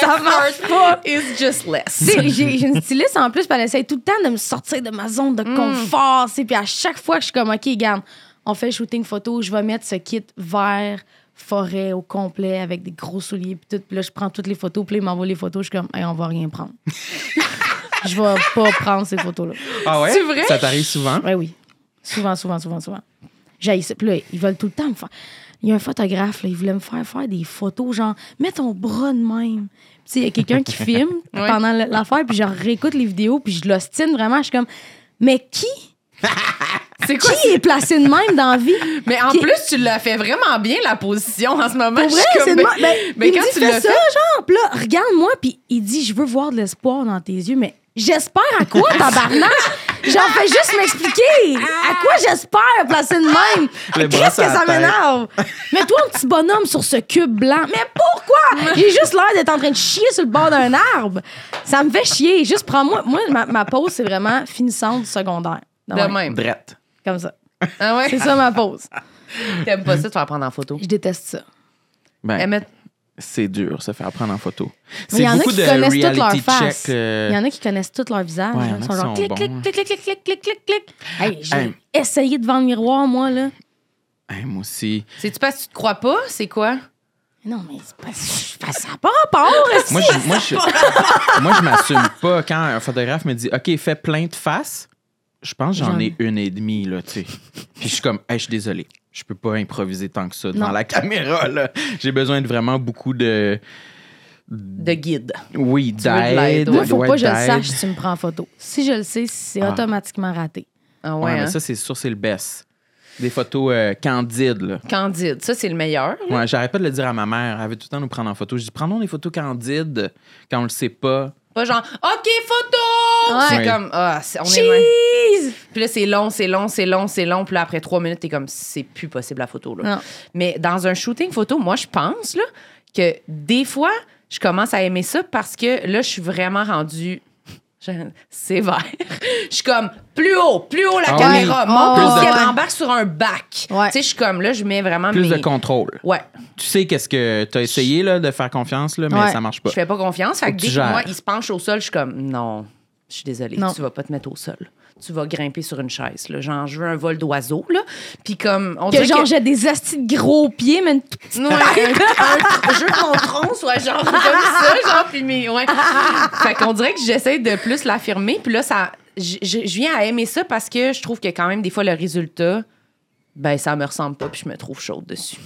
B: ça marche pas. It's just
E: Tu
B: less.
E: sais, j'ai j'ai une styliste en plus, puis elle essaie tout le temps de me sortir de ma zone de confort. tu sais, Puis à chaque fois que je suis comme, OK, garde, on fait le shooting photo, je vais mettre ce kit vert, forêt au complet, avec des gros souliers, puis tout. Puis là, je prends toutes les photos, puis là, il m'envoie les photos, je suis comme, hey, on va rien prendre. Je vais pas prendre ces photos-là.
A: Ah ouais?
B: C'est vrai?
A: Ça t'arrive souvent?
E: Oui, oui. Souvent, souvent, souvent, souvent. J'ai ça. Puis là, ils veulent tout le temps me faire. Il y a un photographe, là, il voulait me faire faire des photos, genre, mets ton bras de même. Puis, tu sais, il y a quelqu'un qui filme pendant l- l'affaire, puis je réécoute les vidéos, puis je l'ostine vraiment. Je suis comme, mais qui?
B: C'est quoi?
E: Qui est placé de même dans la vie?
B: Mais en
E: Qui-
B: plus, tu l'as fait vraiment bien, la position, en ce moment.
E: Pour
B: Je
E: vrai,
B: suis
E: c'est
B: comme,
E: de moi. Ben,
B: mais
E: il
B: quand
E: me dit,
B: tu
E: fais
B: l'as fait-
E: ça, genre, puis là, regarde-moi, puis il dit, je veux voir de l'espoir dans tes yeux, mais j'espère à quoi, tabarnak? J'en fais juste m'expliquer. À quoi j'espère, placé de même?
A: Le bras
E: Qu'est-ce
A: sur
E: que
A: la
E: ça
A: tête.
E: m'énerve? Mets-toi un petit bonhomme sur ce cube blanc. Mais pourquoi? J'ai juste l'air d'être en train de chier sur le bord d'un arbre. Ça me fait chier. Juste prends-moi. Moi, ma, ma pause, c'est vraiment finissante du secondaire.
B: de
E: Ouais,
B: même.
A: Drette.
E: Comme ça.
B: Ah ouais?
E: C'est ça ma pause.
B: T'aimes pas ça, tu vas la prendre en photo. Eh,
E: Je déteste ça.
A: Ben,
B: Elle met-
A: c'est dur, se faire prendre en photo.
E: Mais il
A: C'est
E: y en a
A: beaucoup
E: qui
A: de
E: connaissent toutes leurs
A: reality
E: faces.
A: check. euh,
E: Il y en a qui connaissent tout leur visage.
A: Ouais,
E: hein.
A: y en a
E: Ils sont
A: qui
E: genre
A: sont
E: clic,
A: bons,
E: clic,
A: hein.
E: clic, clic, clic, clic, clic, clic, clic. Hey, j'ai
A: Hey.
E: essayé devant le miroir, moi, là.
A: hein, moi aussi.
B: C'est-tu parce que tu te crois pas? C'est quoi?
E: Non, mais c'est pas, c'est pas- ça n'a pas rapport. est-ce
A: Moi, je, moi, je, moi, je m'assume pas. Quand un photographe me dit, OK, fais plein de faces, je pense que j'en ai une et demie, là, tu sais. Puis je suis comme, hey, je suis désolé. Je peux pas improviser tant que ça devant
E: Non.
A: la caméra, là. J'ai besoin de vraiment beaucoup de.
B: De guide.
A: Oui,
B: veux de l'aide,
A: d'aide.
E: que- Moi, faut
A: ouais,
E: pas que je le
A: d'aide.
E: sache si tu me prends en photo. Si je le sais, c'est
A: Ah.
E: automatiquement raté.
B: Ah
A: Ouais,
B: ouais,
A: mais
B: hein?
A: ça, c'est sûr, c'est le best. Des photos euh, candides, là.
B: Candide, ça, c'est le meilleur.
A: Ouais, j'arrête pas de le dire à ma mère. Elle avait tout le temps nous prendre en photo. Je dis, prenons des photos candides quand on le sait pas.
B: Pas genre, OK, photo!
E: Ouais.
B: C'est
A: Ouais.
B: comme, ah, c'est- on est loin.
E: Cheese!
B: Puis là, c'est long, c'est long, c'est long, c'est long. Puis là, après trois minutes, t'es comme, c'est plus possible la photo. Là.
E: Non.
B: Mais dans un shooting photo, moi, je pense là, que des fois, je commence à aimer ça parce que là, je suis vraiment rendue je- sévère. Je suis comme, plus haut, plus haut la
A: Ah oui.
B: caméra, monte
E: Plus
B: au
E: de-
B: ciel, embarque sur un bac.
E: Ouais.
B: Tu sais, je suis comme, là, je mets vraiment
A: Plus
B: mes...
A: de contrôle.
B: Ouais,
A: Tu sais qu'est-ce que t'as essayé là, de faire confiance, là, mais
E: Ouais.
A: ça marche
B: je
A: pas.
B: fais pas confiance. Fait
A: Faut
B: que
A: que
B: dès
A: tu
B: que moi,
A: gères.
B: il se penche au sol, je suis comme, non, je suis désolée,
E: Non.
B: tu vas pas te mettre au sol. Tu vas grimper sur une chaise. Là. Genre, je veux un vol d'oiseau. là. Puis comme... On
E: Que
B: dirait
E: genre, j'ai des astis de gros pieds, mais une toute petite-
B: Ouais, un, un jeu de mon tronc, soit genre comme ça, genre puis mes- ouais. Fait qu'on dirait que j'essaie de plus l'affirmer, puis là ça je je- je viens à aimer ça parce que je trouve que quand même des fois le résultat ben ça me ressemble pas puis je me trouve chaude dessus.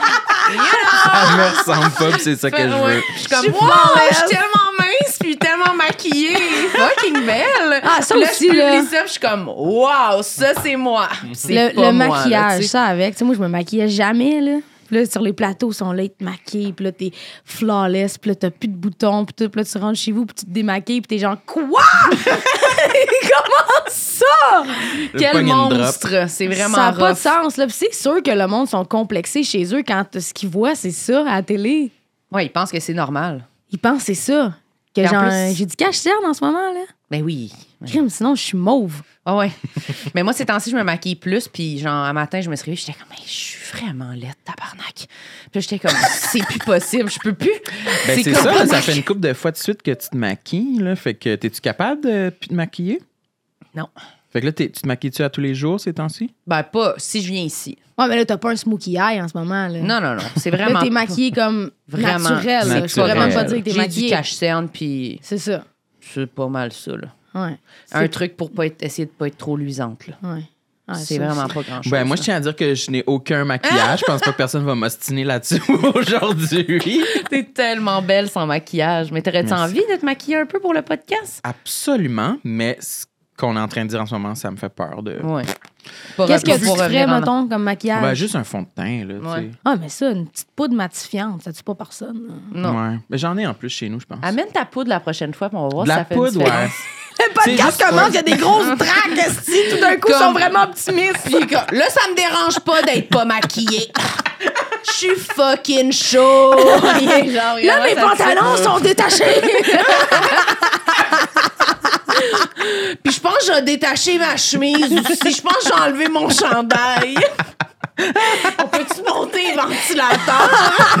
A: Ça me ressemble pas, puis c'est ça que
B: Fait-
A: je
B: ouais.
A: veux.
B: ah! Je suis comme wow, je suis tellement mince puis tellement maquillée, fucking belle.
E: Ah, ça
B: Puis là,
E: aussi,
B: je
E: là.
B: publie ça, puis je suis comme wow, ça c'est moi.
A: Mm.
B: C'est
E: Le,
B: pas
E: le
B: moi, là,
E: maquillage,
B: tu sais.
E: ça avec. Tu sais, moi, je me maquillais jamais, là. Puis là, sur les plateaux, ils sont là, ils te maquillent, puis là, t'es flawless, puis là, t'as plus de boutons, puis tout. Puis là, tu rentres chez vous, puis tu te démaquilles, puis t'es genre, quoi? Comment ça?
B: Quel
A: pognon de drop.
B: monstre, c'est vraiment
E: ça n'a pas
B: rough.
E: de sens, là. Puis c'est sûr que le monde sont complexés chez eux quand ce qu'ils voient, c'est ça, à la télé.
B: Ouais, ils pensent que c'est normal.
E: Ils pensent, c'est ça. Que
B: Et en
E: genre,
B: plus-
E: j'ai du cash en ce moment, là.
B: Ben oui. Ouais.
E: Crime, sinon, je suis mauve.
B: Ah ouais. Mais moi, ces temps-ci, je me maquille plus. Puis, genre, un matin, je me suis réveillée. J'étais comme, Hey, je suis vraiment laide, tabarnak. Puis là, j'étais comme, c'est plus possible, je peux plus.
A: Ben, c'est
B: comme-
A: ça, là, ça fait une couple de fois de suite que tu te maquilles, là. Fait que t'es-tu capable euh, de plus te maquiller?
B: Non.
A: Fait que là, t'es- tu te maquilles-tu à tous les jours ces temps-ci?
B: Ben, pas si je viens ici.
E: Ouais, mais là, t'as pas un smokey eye en ce moment, là.
B: Non, non, non. C'est
E: Là,
B: vraiment.
E: t'es maquillée comme
B: Vraiment.
E: naturelle. là. Je peux
A: Naturelle.
E: vraiment pas dire que t'es
B: J'ai du
E: maquillée.
B: cache-cerne, puis
E: C'est ça.
B: c'est pas mal ça, là.
E: Ouais.
B: Un
E: C'est-
B: truc pour pas être, essayer de pas être trop luisante, là.
E: Ouais. Ah,
B: c'est
E: ça,
B: vraiment pas grand-chose.
A: Ben, moi, je
B: là.
A: tiens à dire que je n'ai aucun maquillage. Je pense pas que personne va m'ostiner là-dessus aujourd'hui.
B: T'es tellement belle sans maquillage. Mais t'aurais-tu
A: Merci.
B: envie de te maquiller un peu pour le podcast?
A: Absolument, mais ce qu'on est en train de dire en ce moment, ça me fait peur de.
B: Ouais.
E: Qu'est-ce que tu
B: Pour
E: ferais,
B: revenir en-
E: mettons, comme maquillage?
A: Ben, juste un fond de teint, là,
B: Ouais.
A: tu sais.
E: Ah, mais ça, une petite poudre matifiante, ça tue pas personne. là.
B: Non.
A: Ouais. Mais j'en ai en plus chez nous, je pense.
B: Amène ta poudre la prochaine fois, puis on va voir
A: de
B: si
A: la
B: ça fait une
A: poudre, ouais.
B: différence.
F: le podcast
A: juste-
F: commence, il y a des grosses dragues, esti, tout d'un coup, ils sont
G: Comme-
F: vraiment optimistes.
G: Puis comme, là, ça me dérange pas d'être pas maquillée. Je suis fucking chaud.
F: Là,
G: Là,
F: mes pantalons sont détachés.
G: Puis je pense que j'ai détaché ma chemise aussi. Je pense que j'ai enlevé mon chandail. On peut-tu monter le ventilateur?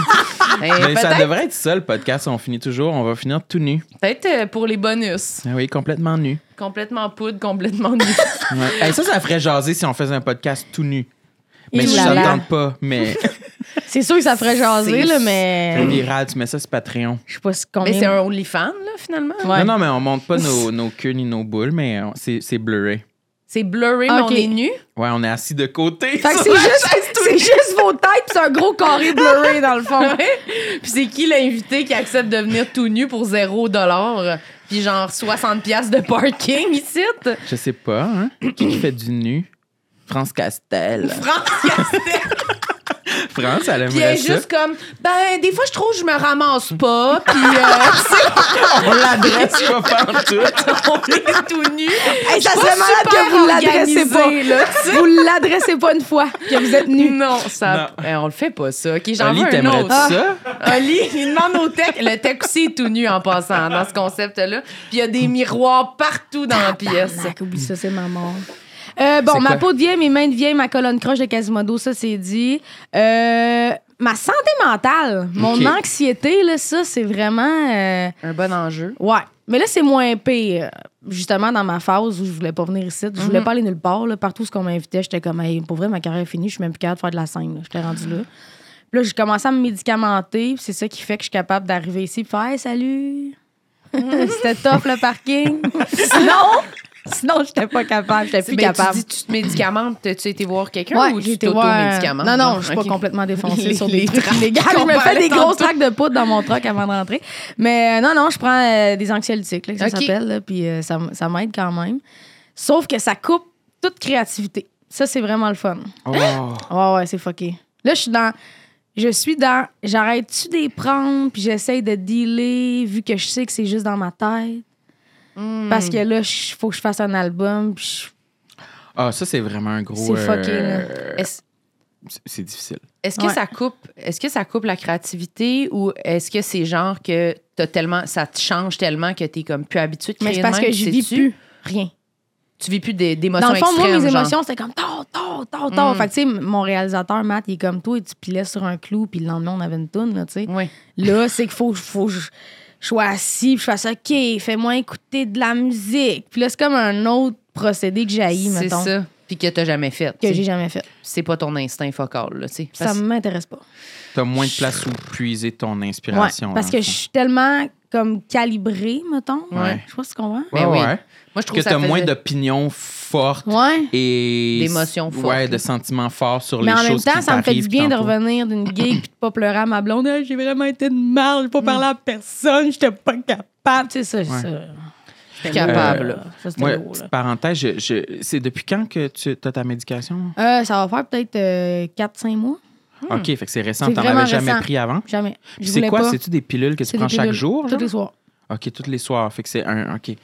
B: Eh,
A: Mais ça
G: peut-être
A: devrait être ça, le podcast. On finit toujours, on va finir tout nu.
B: Peut-être euh, pour les bonus.
A: Ah oui, complètement nu.
B: Complètement poudre, complètement nu.
A: Ouais. Hey, ça, ça ferait jaser si on faisait un podcast tout nu. Mais
E: Et
A: je
E: là là.
A: t'entends pas, mais
E: C'est sûr que ça ferait jaser,
A: C'est-
E: là,
B: Eh
A: c'est
E: mais
A: viral, tu mets ça sur Patreon.
E: je sais pas si combien.
B: Mais c'est un OnlyFans, là, finalement.
E: Ouais.
A: Non, non, mais on monte pas nos, nos queues ni nos boules, mais on- c'est c'est blurré.
B: C'est blurry,
E: Ah,
B: mais
E: ok.
B: on est nu.
A: Ouais, on est assis de côté.
E: Fait que
A: sur
E: c'est
A: la
E: juste,
A: chaise tout
E: c'est
A: nu.
E: juste vos têtes, pis c'est un gros carré blurré dans le fond.
B: Puis c'est qui l'invité qui accepte de venir tout nu pour 0 dollar puis genre 60 pièces de parking ici?
A: Je sais pas, hein. Qui qui fait du nu? France Castel. France, elle
B: Puis elle
A: aimerait
B: est
A: ça.
B: juste comme ben des fois je trouve que je me ramasse pas puis euh,
A: On l'adresse pas partout.
B: on est tout nu.
F: Hey, ça
B: Pas
F: serait malade
B: super
F: que vous l'adressez
B: organisé,
F: pas.
B: là.
E: Vous l'adressez pas une fois que vous êtes nus.
B: Non, ça
A: Non.
B: Eh, on le fait pas ça. OK, j'en
A: Oli,
B: veux un
A: t'aimerais
B: autre. Ah,
A: ça?
B: Oli, il demande au tech. Le tech aussi est tout nu en passant dans ce concept-là. Puis il y a des miroirs partout dans la pièce.
E: Tabarnak, oublie ça, c'est ma mort. Euh, bon,
A: C'est
E: ma
A: quoi?
E: peau de vieille, mes mains de vieille, ma colonne croche de Quasimodo, ça c'est dit. Euh, ma santé mentale, mon
A: Ok.
E: anxiété, là, ça c'est vraiment. euh,
B: Un bon enjeu.
E: Ouais. Mais là, c'est moins pire. Justement, dans ma phase où je voulais pas venir ici, je voulais pas aller nulle part. Là, partout où ce qu'on m'invitait, j'étais comme, hey, pour vrai, ma carrière est finie, je suis même plus capable de faire de la scène. là. J'étais rendue là. Puis là, j'ai commencé à me médicamenter. puis C'est ça qui fait que je suis capable d'arriver ici et faire, hey, salut. C'était top le parking. sinon, sinon, j'étais pas capable. J'étais plus
B: Ben,
E: capable.
B: tu dis tu te médicamentes, tu as été voir quelqu'un
E: Ouais,
B: ou
E: j'ai
B: tu
E: été voir-
B: t'auto-médicamentes?
E: Non, non, je suis
B: Ok.
E: pas complètement défoncée
B: Les-
E: sur des
B: les
E: trucs
B: tracts
E: illégaux.
B: qu'on
E: Je me fais
B: parlait
E: des grosses
B: tantôt.
E: tracts de poudre dans mon truck avant de rentrer. Mais euh, non, non, je prends euh, des anxiolytiques, là, que ça
B: Ok.
E: s'appelle, là, puis euh, ça, m- ça m'aide quand même. Sauf que ça coupe toute créativité. Ça, c'est vraiment le fun.
A: Oh.
E: Ouais, ouais, c'est fucké. Là, je suis dans. Je suis dans. J'arrête-tu de les prendre, puis j'essaye de dealer, vu que je sais que c'est juste dans ma tête. Parce
B: Hmm.
E: que là, il faut que je fasse un album, puis je-
A: Ah, ça, c'est vraiment un gros.
E: C'est fucké,
A: euh,
B: Est-ce
A: c'est- C'est difficile.
B: est-ce que
E: Ouais.
B: ça coupe est-ce que ça coupe la créativité ou est-ce que c'est genre que t'as tellement ça te change tellement que t'es comme plus habitué de
E: Mais
B: créer
E: c'est
B: de
E: parce
B: même,
E: que je
B: puis
E: vis
B: sais-tu?
E: plus rien.
B: Tu vis plus des- d'émotions
E: Dans le fond, moi,
B: extrêmes,
E: mes
B: genre. Mm.
E: émotions, c'était comme tard, tard, tard, tard. Fait que, tu sais, m- mon réalisateur, Matt, il est comme toi, et tu pilais sur un clou, puis le lendemain, on avait une toune, là, tu sais.
B: Oui.
E: Là, c'est qu'il faut, faut que je je sois assis, puis je fasse OK, fais-moi écouter de la musique. Puis là, c'est comme un autre procédé que j'ai haï,
B: C'est
E: mettons,
B: ça. Puis que t'as jamais fait.
E: que
B: tu sais.
E: j'ai jamais fait.
B: C'est pas ton instinct focal, là, tu sais.
E: Ça
B: Parce-
E: m'intéresse pas.
A: T'as moins de place où puiser ton
E: Ouais,
A: inspiration.
E: parce
A: dans
E: que
A: le
E: je
A: fond.
E: suis tellement comme calibrée, mettons.
A: Ouais.
E: Je sais pas si tu comprends.
A: Ouais,
B: Ben oui.
A: ouais.
B: Moi, je trouve
A: Que
B: que
A: t'as
B: ça faisait-
A: moins d'opinions fortes
E: Ouais.
A: et.
B: D'émotions fortes.
A: Ouais, de sentiments forts sur
E: Mais
A: les
E: en même
A: choses
E: temps,
A: qui
E: ça me fait du
A: t'arrivent
E: bien de
A: tantôt.
E: revenir d'une gig puis de pas pleurer à ma blonde. Hey, j'ai vraiment été de mal, j'ai
A: Mm.
E: pas parlé à personne, j'étais pas capable. Tu sais, ça, ça.
B: Je suis capable, là.
E: Ça, c'était
A: Euh, Ouais,
E: lourd,
A: petite
E: là.
A: parenthèse, je- je- c'est depuis quand que tu as ta médication?
E: Euh, ça va faire peut-être 4-5 mois.
A: OK, fait que c'est récent,
E: Hmm. C'est
A: t'en
E: vraiment
A: avais jamais
E: récent.
A: pris avant.
E: Jamais.
A: Puis
E: Je
A: c'est
E: voulais
A: quoi?
E: pas.
A: C'est-tu des pilules que tu prends
E: des
A: chaque
E: pilules.
A: jour?
E: Tous
A: genre?
E: les soirs.
A: OK, tous les soirs. Fait que c'est un. OK.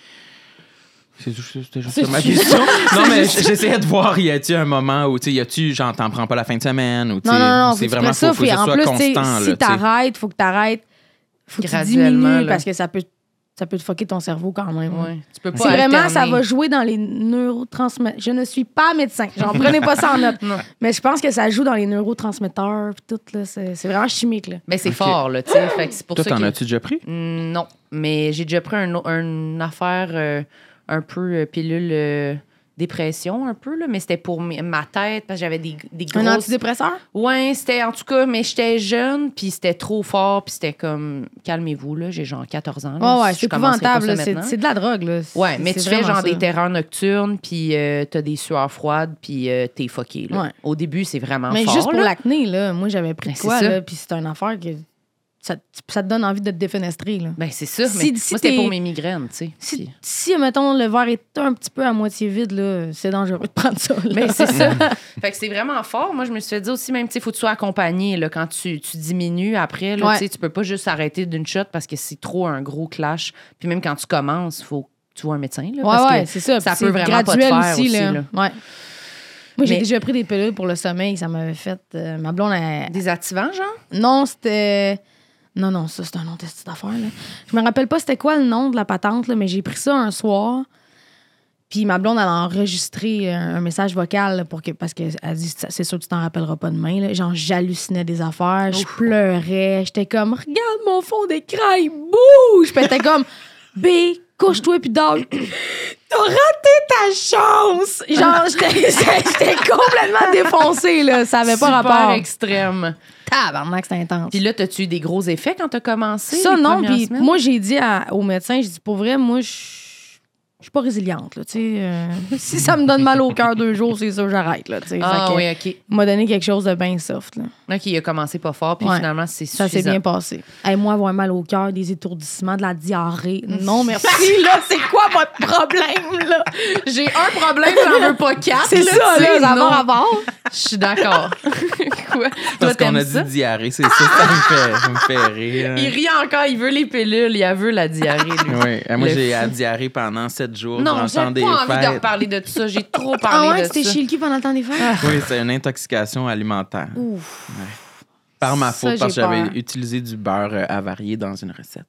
A: C'est tout- C'était juste
E: C'est
A: ça ma
E: juste-
A: question. non, mais j- j'essayais de voir, y a-tu un moment où, tu sais, y a-tu, genre, t'en prends pas la fin de semaine ou, tu
E: Non, non, non,
A: sais,
E: faut
A: c'est
E: que tu
A: vraiment
E: prennes
A: faut,
E: ça.
A: faut que
E: Puis
A: ce
E: en
A: soit
E: plus, tu sais,
A: constant, là,
E: si
A: tu sais.
E: t'arrêtes, faut que t'arrêtes. Faut que tu
B: Graduellement,
E: diminues
B: là.
E: parce que ça peut, ça peut te fucker ton cerveau quand même.
B: Ouais. Tu peux pas
E: C'est vraiment,
B: alterner.
E: ça va jouer dans les neurotransmetteurs. Je ne suis pas médecin. J'en prenais pas ça en note. Mais je pense que ça joue dans les neurotransmetteurs puis tout. là. C'est c'est vraiment chimique. Là.
B: Mais c'est
A: Ok.
B: fort, là, tu sais. Fait que c'est pour
A: Toi,
B: ça
A: t'en
B: que-
A: as-tu déjà pris?
B: Mm, Non, mais j'ai déjà pris un, au- une affaire euh, un peu euh, pilule euh, dépression, un peu, là, mais c'était pour mes- ma tête, parce que j'avais des, des
E: Un
B: grosses...
E: antidépresseur?
B: Ouais, c'était en tout cas, mais j'étais jeune, puis c'était trop fort, puis c'était comme, calmez-vous, là, j'ai genre 14 ans. là,
E: Oh, ouais,
B: je
E: c'est
B: commencerai pas
E: épouvantable.
B: ça
E: là. C'est
B: maintenant.
E: c'est de la drogue. Là.
B: Ouais,
E: C'est-
B: mais
E: c'est
B: tu fais
E: vraiment
B: genre
E: ça.
B: des terreurs nocturnes, puis euh, t'as des sueurs froides, puis euh, t'es fucké, là.
E: Ouais.
B: Au début, c'est vraiment
E: Mais
B: fort,
E: juste pour
B: là.
E: l'acné, là, moi, j'avais pris
B: Ben,
E: de
B: c'est
E: quoi,
B: ça.
E: là, puis c'est une affaire que ça, ça te donne envie de te défenestrer. Là.
B: Ben, c'est ça, mais
E: Si- si
B: moi, c'était
E: t'es-
B: pour mes migraines, tu sais.
E: Si,
B: puis-
E: si, mettons, le verre est un petit peu à moitié vide, là, c'est dangereux de prendre ça. là.
B: Ben, c'est ça. fait que c'est vraiment fort. Moi, je me suis fait dire aussi, même, tu sais, faut que tu sois accompagné là, quand tu, tu diminues après. Là,
E: Ouais.
B: tu sais, Tu peux pas juste arrêter d'une shot parce que c'est trop un gros clash. Puis même quand tu commences, faut tu vois un médecin. Là,
E: Ouais,
B: parce
E: ouais,
B: que
E: c'est ça.
B: ça peut
E: Puis c'est
B: vraiment pas te
E: graduel
B: faire aussi,
E: là.
B: là.
E: Ouais. Moi, j'ai
B: Mais-
E: déjà pris des pilules pour le sommeil. Ça m'avait fait. euh, ma blonde, elle-
B: Des activants, genre?
E: Non, c'était. Non, non, ça, c'est un nom de cette affaire. Là. Je me rappelle pas c'était quoi le nom de la patente, là, mais j'ai pris ça un soir. Puis ma blonde, elle a enregistré euh, un, un message vocal là, pour que, parce qu'elle dit C'est sûr que tu t'en rappelleras pas demain. Là. Genre, j'hallucinais des affaires, je pleurais, j'étais comme Regarde mon fond d'écran, il bouge. Puis elle était comme B, couche-toi, puis dors. T'as raté ta chance. Genre, j'étais j'étais complètement défoncée, là. ça avait pas
B: Super
E: rapport.
B: extrême.
E: Tabarnak, c'était intense.
B: Puis là, t'as-tu eu des gros effets quand t'as commencé?
E: Ça,
B: les
E: non.
B: premières
E: Puis
B: semaines?
E: moi, j'ai dit à- au médecin, j'ai dit, pour vrai, moi, je je suis pas résiliente, là, tu sais. euh, si ça me donne mal au cœur deux jours, c'est sûr, j'arrête, là, tu sais.
B: Ah
E: Fait que,
B: oui, OK.
E: Il m'a donné quelque chose de bien soft, là.
B: OK, il a commencé pas fort, puis
E: Ouais.
B: finalement, c'est suffisant.
E: Ça s'est bien passé. Et moi, avoir mal au cœur, des étourdissements, de la diarrhée. Non, merci, là, c'est quoi votre problème, là?
B: J'ai un problème, j'en veux pas quatre.
E: C'est ça,
B: tu sais,
E: là, ça
B: non.
E: va avoir.
B: Je suis d'accord. Quoi? Toi,
A: Parce qu'on
B: t'aimes
A: a dit
B: ça?
A: diarrhée, c'est ça, ça me fait, ça me fait rire.
B: Il rit encore, il veut les pilules, il a veut la diarrhée. lui.
A: Oui, euh, moi
B: Le
A: j'ai la diarrhée pendant sept jours
B: Non,
A: durant
B: j'ai pas
A: le temps
B: envie
A: des
B: de
A: fêtes.
B: reparler de tout ça. J'ai trop
E: Ah
B: parlé
E: ouais,
B: de ça.
E: c'était chez le cul pendant le temps des fêtes?
A: Oui, c'est une intoxication alimentaire.
E: Ouf.
A: Ouais. Par ma
E: Ça,
A: faute, parce que
E: j'ai
A: j'avais
E: peur.
A: utilisé du beurre euh, avarié dans une recette.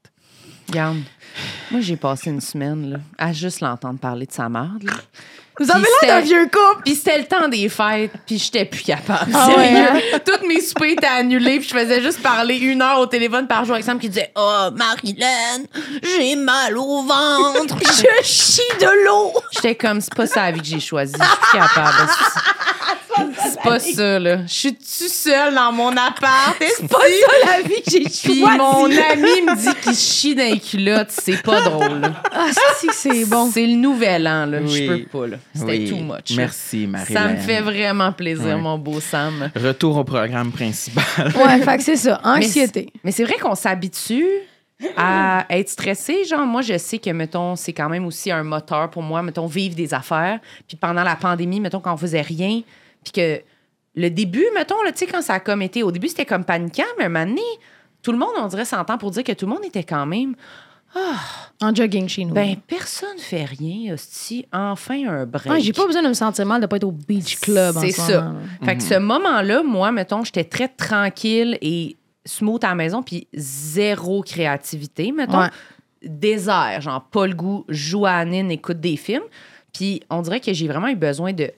B: Regarde, moi, j'ai passé une semaine là, à juste l'entendre parler de sa merde. là.
E: Vous avez
B: Puis
E: l'air d'un
B: c'était-
E: vieux couple.
B: Puis c'était le temps des fêtes, puis j'étais plus capable.
E: Ah ouais,
B: Sérieux. Toutes mes soupers étaient annulées, puis je faisais juste parler une heure au téléphone par jour avec Sam qui disait
F: Oh, Marilyn, j'ai mal au ventre.
E: Je chie de l'eau.
B: J'étais comme, c'est pas ça la vie que j'ai choisie. Je suis plus capable. C'est pas ça, là. Je suis-tu seule dans mon appart? C'est pas ça la vie que j'ai choisie. Puis mon ami me dit qu'il chie dans les culottes. C'est pas drôle. là.
E: Ah, si, c'est bon.
B: C'est le nouvel an, là.
A: Oui.
B: Je peux pas, là. C'était
A: Oui.
B: too much. là.
A: Merci, marie
B: Ça me fait vraiment plaisir,
A: Ouais.
B: mon beau Sam.
A: Retour au programme principal.
E: Ouais, fait que c'est ça.
B: Mais
E: Anxiété.
B: c'est- Mais c'est vrai qu'on s'habitue à être stressé. Genre, moi, je sais que, mettons, c'est quand même aussi un moteur pour moi, mettons, vivre des affaires. Puis pendant la pandémie, mettons, quand on faisait rien, puis que le début, mettons, là, tu sais, quand ça a comme été, au début, c'était comme paniquant, mais un moment donné, tout le monde, on dirait, s'entend pour dire que tout le monde était quand même.
E: En jogging chez nous.
B: Ben, personne fait rien, hostie. Enfin, un break.
E: Ah, j'ai pas besoin de me sentir mal de pas être au beach club en
B: C'est
E: ce
B: ça.
E: moment, là.
B: Fait que ce moment-là, moi, mettons, j'étais très tranquille et smooth à la maison, puis zéro créativité, mettons.
E: Ouais.
B: Désert, genre pas le goût, joue à Anine, écoute des films. Puis on dirait que j'ai vraiment eu besoin de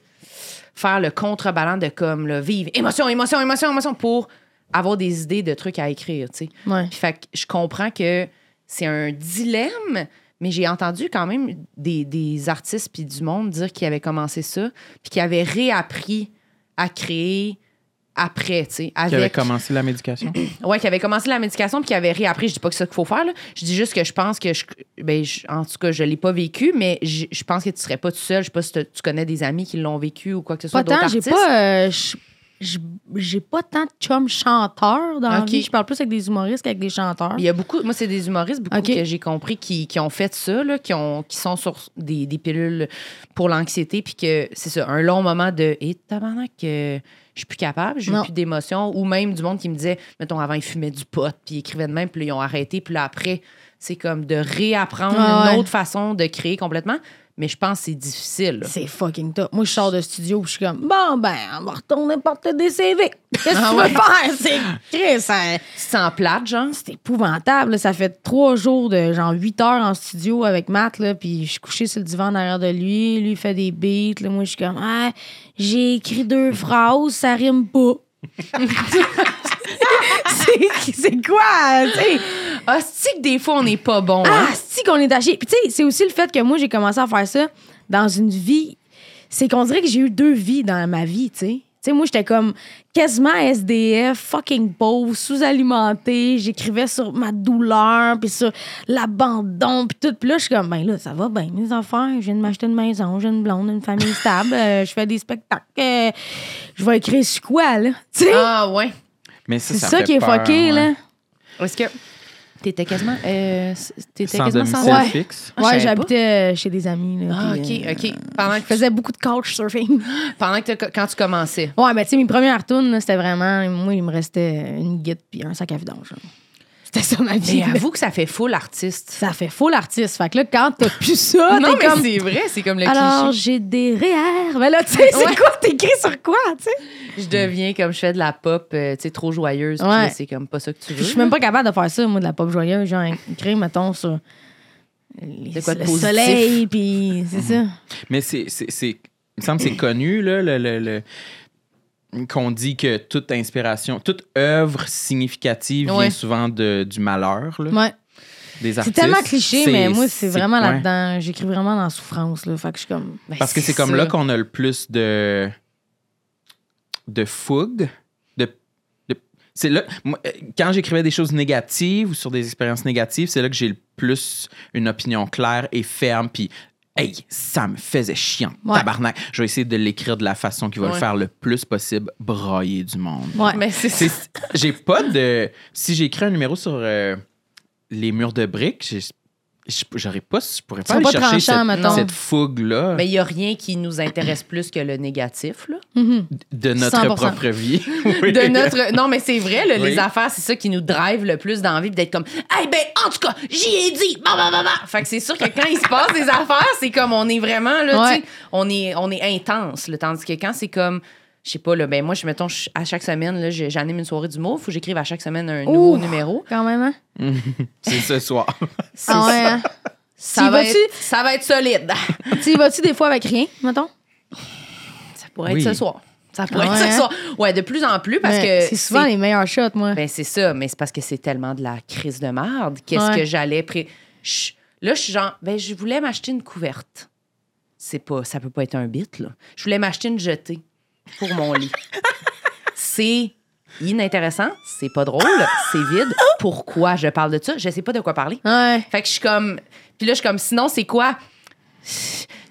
B: faire le contrebalan de comme, là, vive émotion, émotion, émotion, émotion pour avoir des idées de trucs à écrire, tu sais.
E: Ouais.
B: Puis fait que je comprends que c'est un dilemme, mais j'ai entendu quand même des, des artistes puis du monde dire qu'ils avaient commencé ça, puis qu'ils avaient réappris à créer après, tu sais,
A: Qui avait
B: avec...
A: commencé la médication.
B: Ouais, qu'ils avaient commencé la médication puis qu'ils avaient réappris. Je dis pas que c'est ça qu'il faut faire, là. Je dis juste que je pense que... Je, ben, je- en tout cas, je l'ai pas vécu, mais je, je pense que tu serais pas tout seul. Je sais pas si t'as- tu connais des amis qui l'ont vécu ou quoi que ce soit,
E: Pas
B: d'autres
E: tant, j'ai
B: artistes.
E: pas. euh, j- j- j'ai pas tant de chums chanteurs dans la
B: Ok.
E: vie. Je parle plus avec des humoristes qu'avec des chanteurs.
B: Il y a beaucoup, moi, c'est des humoristes, beaucoup
E: Ok.
B: que j'ai compris qui, qui ont fait ça, là, qui, ont, qui sont sur des, des pilules pour l'anxiété, puis que c'est ça, un long moment de et tabarnak, que je suis plus capable, je
E: Non.
B: n'ai plus d'émotion, ou même du monde qui me disait, mettons, avant, ils fumaient du pot, puis ils écrivaient de même, puis là, ils ont arrêté, puis là, après, c'est comme de réapprendre
E: Ah ouais.
B: une autre façon de créer complètement, mais je pense que c'est difficile. là.
E: C'est fucking top. Moi, je sors de studio puis je suis comme, bon, ben, on va retourner porter des CV. Qu'est-ce
B: Ah
E: que tu veux faire? C'est Chris, hein?
B: Tu te sens plate, genre?
E: C'est épouvantable. là. Ça fait trois jours de genre huit heures en studio avec Matt, là, puis je suis couchée sur le divan derrière de lui. Lui, il fait des beats. là. Moi, je suis comme, ah, j'ai écrit deux phrases, ça rime pas. C'est- c'est quoi? tu sais?
B: Ah, c'est que des fois, on n'est pas bon, hein?
E: Ah, si qu'on est taché. Puis tu sais, c'est aussi le fait que moi, j'ai commencé à faire ça dans une vie. C'est qu'on dirait que j'ai eu deux vies dans ma vie, tu sais. Tu sais, moi, j'étais comme quasiment SDF, fucking pauvre, sous-alimentée. J'écrivais sur ma douleur, puis sur l'abandon, puis tout. Puis là, je suis comme, ben là, ça va bien, mes affaires. Je viens de m'acheter une maison, j'ai une blonde, une famille stable, euh, je fais des spectacles. euh, je vais écrire sur quoi, là? Tu sais,
B: Ah, ouais.
A: Mais ça,
E: c'est
A: ça,
E: ça,
A: fait
E: qui est
A: peur, ouais.
E: fucké, là.
B: Est-ce que t'étais quasiment, euh, t'étais
A: Sans
B: quasiment
A: domicile
B: sans
E: Ouais.
A: fixe.
B: Ah, je
E: Ouais,
B: savais pas.
E: j'habitais euh, chez des amis, là.
B: Ah, OK,
E: puis, euh,
B: OK. Pendant
E: Je
B: que, faisais...
E: faisais beaucoup de couchsurfing.
B: pendant que t'as- quand tu commençais.
E: Ouais, mais tu sais, mes premières tunes, là, c'était vraiment. Moi, il me restait une guide puis un sac à vidange. là. C'était ça ma vie.
B: Et avoue que ça fait full artiste.
E: Ça fait faux l'artiste. Fait que là, quand t'as plus ça,
B: non,
E: t'es
B: mais
E: comme.
B: c'est vrai, c'est Ah, comme le
E: Alors,
B: cliché.
E: j'ai des REER. Mais là, tu sais, c'est quoi? T'écris sur quoi, tu sais?
B: Je deviens comme je fais de la pop, euh, tu sais, trop joyeuse. puis
E: Ouais.
B: là, c'est comme pas ça que tu
E: Je suis
B: veux.
E: même pas capable de faire ça, moi, de la pop joyeuse. Genre, écrire, mettons, sur. les-
B: De quoi de
E: le
B: positif.
E: soleil, puis c'est ça.
A: Mais c'est, c'est, c'est- il me semble que c'est connu, là, le, le- le- qu'on dit que toute inspiration, toute œuvre significative
E: Ouais.
A: vient souvent de, du malheur là,
E: Ouais.
A: des
E: C'est
A: artistes.
E: tellement cliché, mais moi, c'est vraiment
A: ouais.
E: là-dedans. J'écris vraiment dans la souffrance, là. Fait que je suis comme.
B: Ben,
A: Parce que c'est comme
B: ça.
A: là qu'on a le plus de, de fougue. De, de- c'est là, moi, euh, quand j'écrivais des choses négatives ou sur des expériences négatives, c'est là que j'ai le plus une opinion claire et ferme. Puis, hey, ça me faisait chiant.
E: Ouais.
A: Tabarnak. Je vais essayer de l'écrire de la façon qui va le
B: Ouais.
A: faire le plus possible brailler du monde.
E: Ouais.
B: Mais c'est ça.
A: C'est- J'ai pas de. Si j'écris un numéro sur euh, les murs de briques, j'ai- j'- j'aurais pas. Je pourrais
E: Tu
A: pas
E: seras
A: aller
E: pas
A: chercher
E: tranchant,
A: cette,
E: mettons.
A: cette fougue-là.
B: Mais il n'y a rien qui nous intéresse plus que le négatif, là.
E: Mhm.
A: De notre
E: 100%.
A: propre vie. Oui.
B: de notre. Non, mais c'est vrai, là,
A: Oui.
B: les affaires, c'est ça qui nous drive le plus dans la vie, puis d'être comme, hey, ben, en tout cas, j'y ai dit, bah, bah, bah, bah. Fait que c'est sûr que quand il se passe des affaires, c'est comme, on est vraiment, là,
E: Ouais.
B: tu sais, on est, on est intense, là. Tandis que quand c'est comme, je sais pas, là, ben, moi, je mettons, je- à chaque semaine, là, je- j'anime une soirée du mot, faut que j'écrive à chaque semaine un nouveau
E: Ouh.
B: numéro.
E: Quand même, hein?
A: C'est ce soir.
B: C'est-
E: Ah ouais, hein?
B: ça,
E: T'y
B: va
E: vas-tu?
B: être, ça va être solide.
E: Tu y vas-tu des fois avec rien, mettons?
B: ça pourrait
A: Oui.
B: être ce soir. Ça pourrait
E: Ah
B: être
E: ouais,
B: ce
E: hein?
B: soir. Ouais, de plus en plus, parce
E: Ouais,
B: que.
E: C'est souvent les meilleurs shots, moi.
B: Ben, c'est ça, mais c'est parce que c'est tellement de la crise de merde. Qu'est-ce
E: Ouais.
B: que j'allais pré... Chut. Là, je suis genre, ben, je voulais m'acheter une couverte. C'est pas, ça peut pas être un bit, là. Je voulais m'acheter une jetée pour mon lit. c'est inintéressant, c'est pas drôle, c'est vide. Pourquoi je parle de ça? Je sais pas de quoi parler.
E: Ouais.
B: Fait que je suis comme. Puis là, je suis comme, sinon, c'est quoi?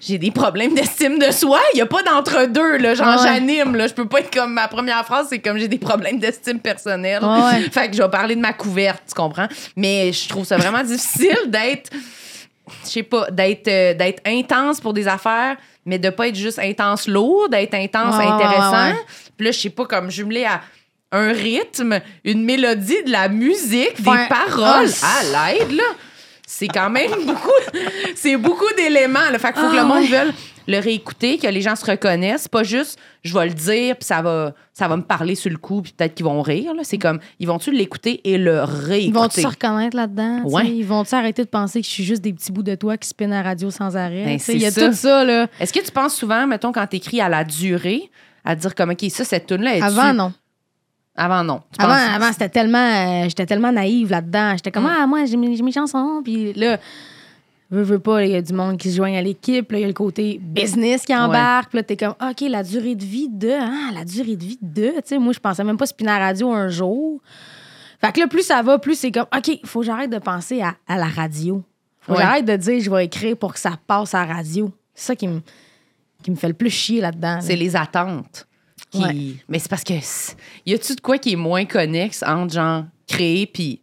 B: J'ai des problèmes d'estime de soi. Il n'y a pas d'entre-deux. Là. Genre,
E: Ouais.
B: j'anime. Là. Je peux pas être comme ma première phrase, c'est comme j'ai des problèmes d'estime personnelle.
E: Ouais, ouais.
B: Fait que je vais parler de ma couverte, tu comprends? Mais je trouve ça vraiment difficile d'être. Je sais pas, d'être, euh, d'être intense pour des affaires, mais de pas être juste intense lourd, d'être intense
E: Ouais, ouais,
B: intéressant.
E: ouais, ouais, ouais.
B: Puis là, je sais pas, comme jumelé à un rythme, une mélodie, de la musique,
E: Faire-
B: des paroles
E: Ah.
B: à l'aide, là. C'est quand même beaucoup. C'est beaucoup d'éléments. Là. Fait qu'il faut que
E: Ah,
B: le monde
E: ouais.
B: veuille le réécouter, que les gens se reconnaissent. Pas juste, je vais le dire, puis ça va, ça va me parler sur le coup, puis peut-être qu'ils vont rire. Là. C'est comme, ils vont-tu l'écouter et le
E: Ils vont-tu
B: réécouter?
E: se reconnaître là-dedans? tu sais?
B: Ouais.
E: Ils vont-tu arrêter de penser que je suis juste des petits bouts de toi qui spinent à la radio sans arrêt?
B: Ben,
E: tu sais?
B: c'est
E: Il y a
B: ça.
E: tout ça, là.
B: Est-ce que tu penses souvent, mettons, quand t'écris à la durée, à dire comme, OK, ça, cette tune là est
E: Avant, non.
B: Avant, non. Tu
E: Avant,
B: penses-
E: avant c'était tellement, euh, j'étais tellement naïve là-dedans. J'étais comme,
B: Mm.
E: ah, moi, j'ai mes, j'ai mes chansons. Puis là, veux, veux pas, il y a du monde qui se joint à l'équipe. Là, il y a le côté business qui embarque. Puis là, t'es comme, OK, la durée de vie de, ah, la durée de vie de. Tu sais, moi, je pensais même pas spinner à la radio un jour. Fait que là, plus ça va, plus c'est comme, OK, faut que j'arrête de penser à, à la radio. Faut que
B: Ouais.
E: j'arrête de dire, je vais écrire pour que ça passe à la radio. C'est ça qui me qui me fait le plus chier là-dedans. là.
B: C'est les attentes. qui-
E: Ouais.
B: Mais c'est parce que c'est- y a-tu de quoi qui est moins connexe entre genre créer puis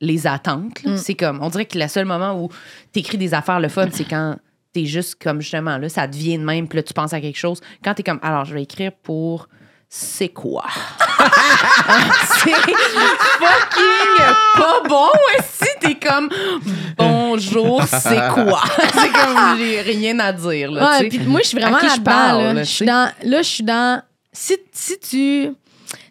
B: les attentes
E: Mm.
B: là? C'est comme on dirait que le seul moment où t'écris des affaires le fun, c'est quand t'es juste comme justement là, ça devient de même, puis là tu penses à quelque chose. Quand t'es comme alors je vais écrire pour c'est quoi C'est fucking pas bon. Si t'es comme bonjour, c'est quoi C'est comme j'ai rien à dire là.
E: Ouais,
B: tu sais.
E: puis moi, je suis vraiment
B: À qui je
E: là-dedans.
B: parle,
E: Là,
B: là,
E: je
B: tu
E: suis
B: sais.
E: dans. Là, je suis dans. Si, si tu.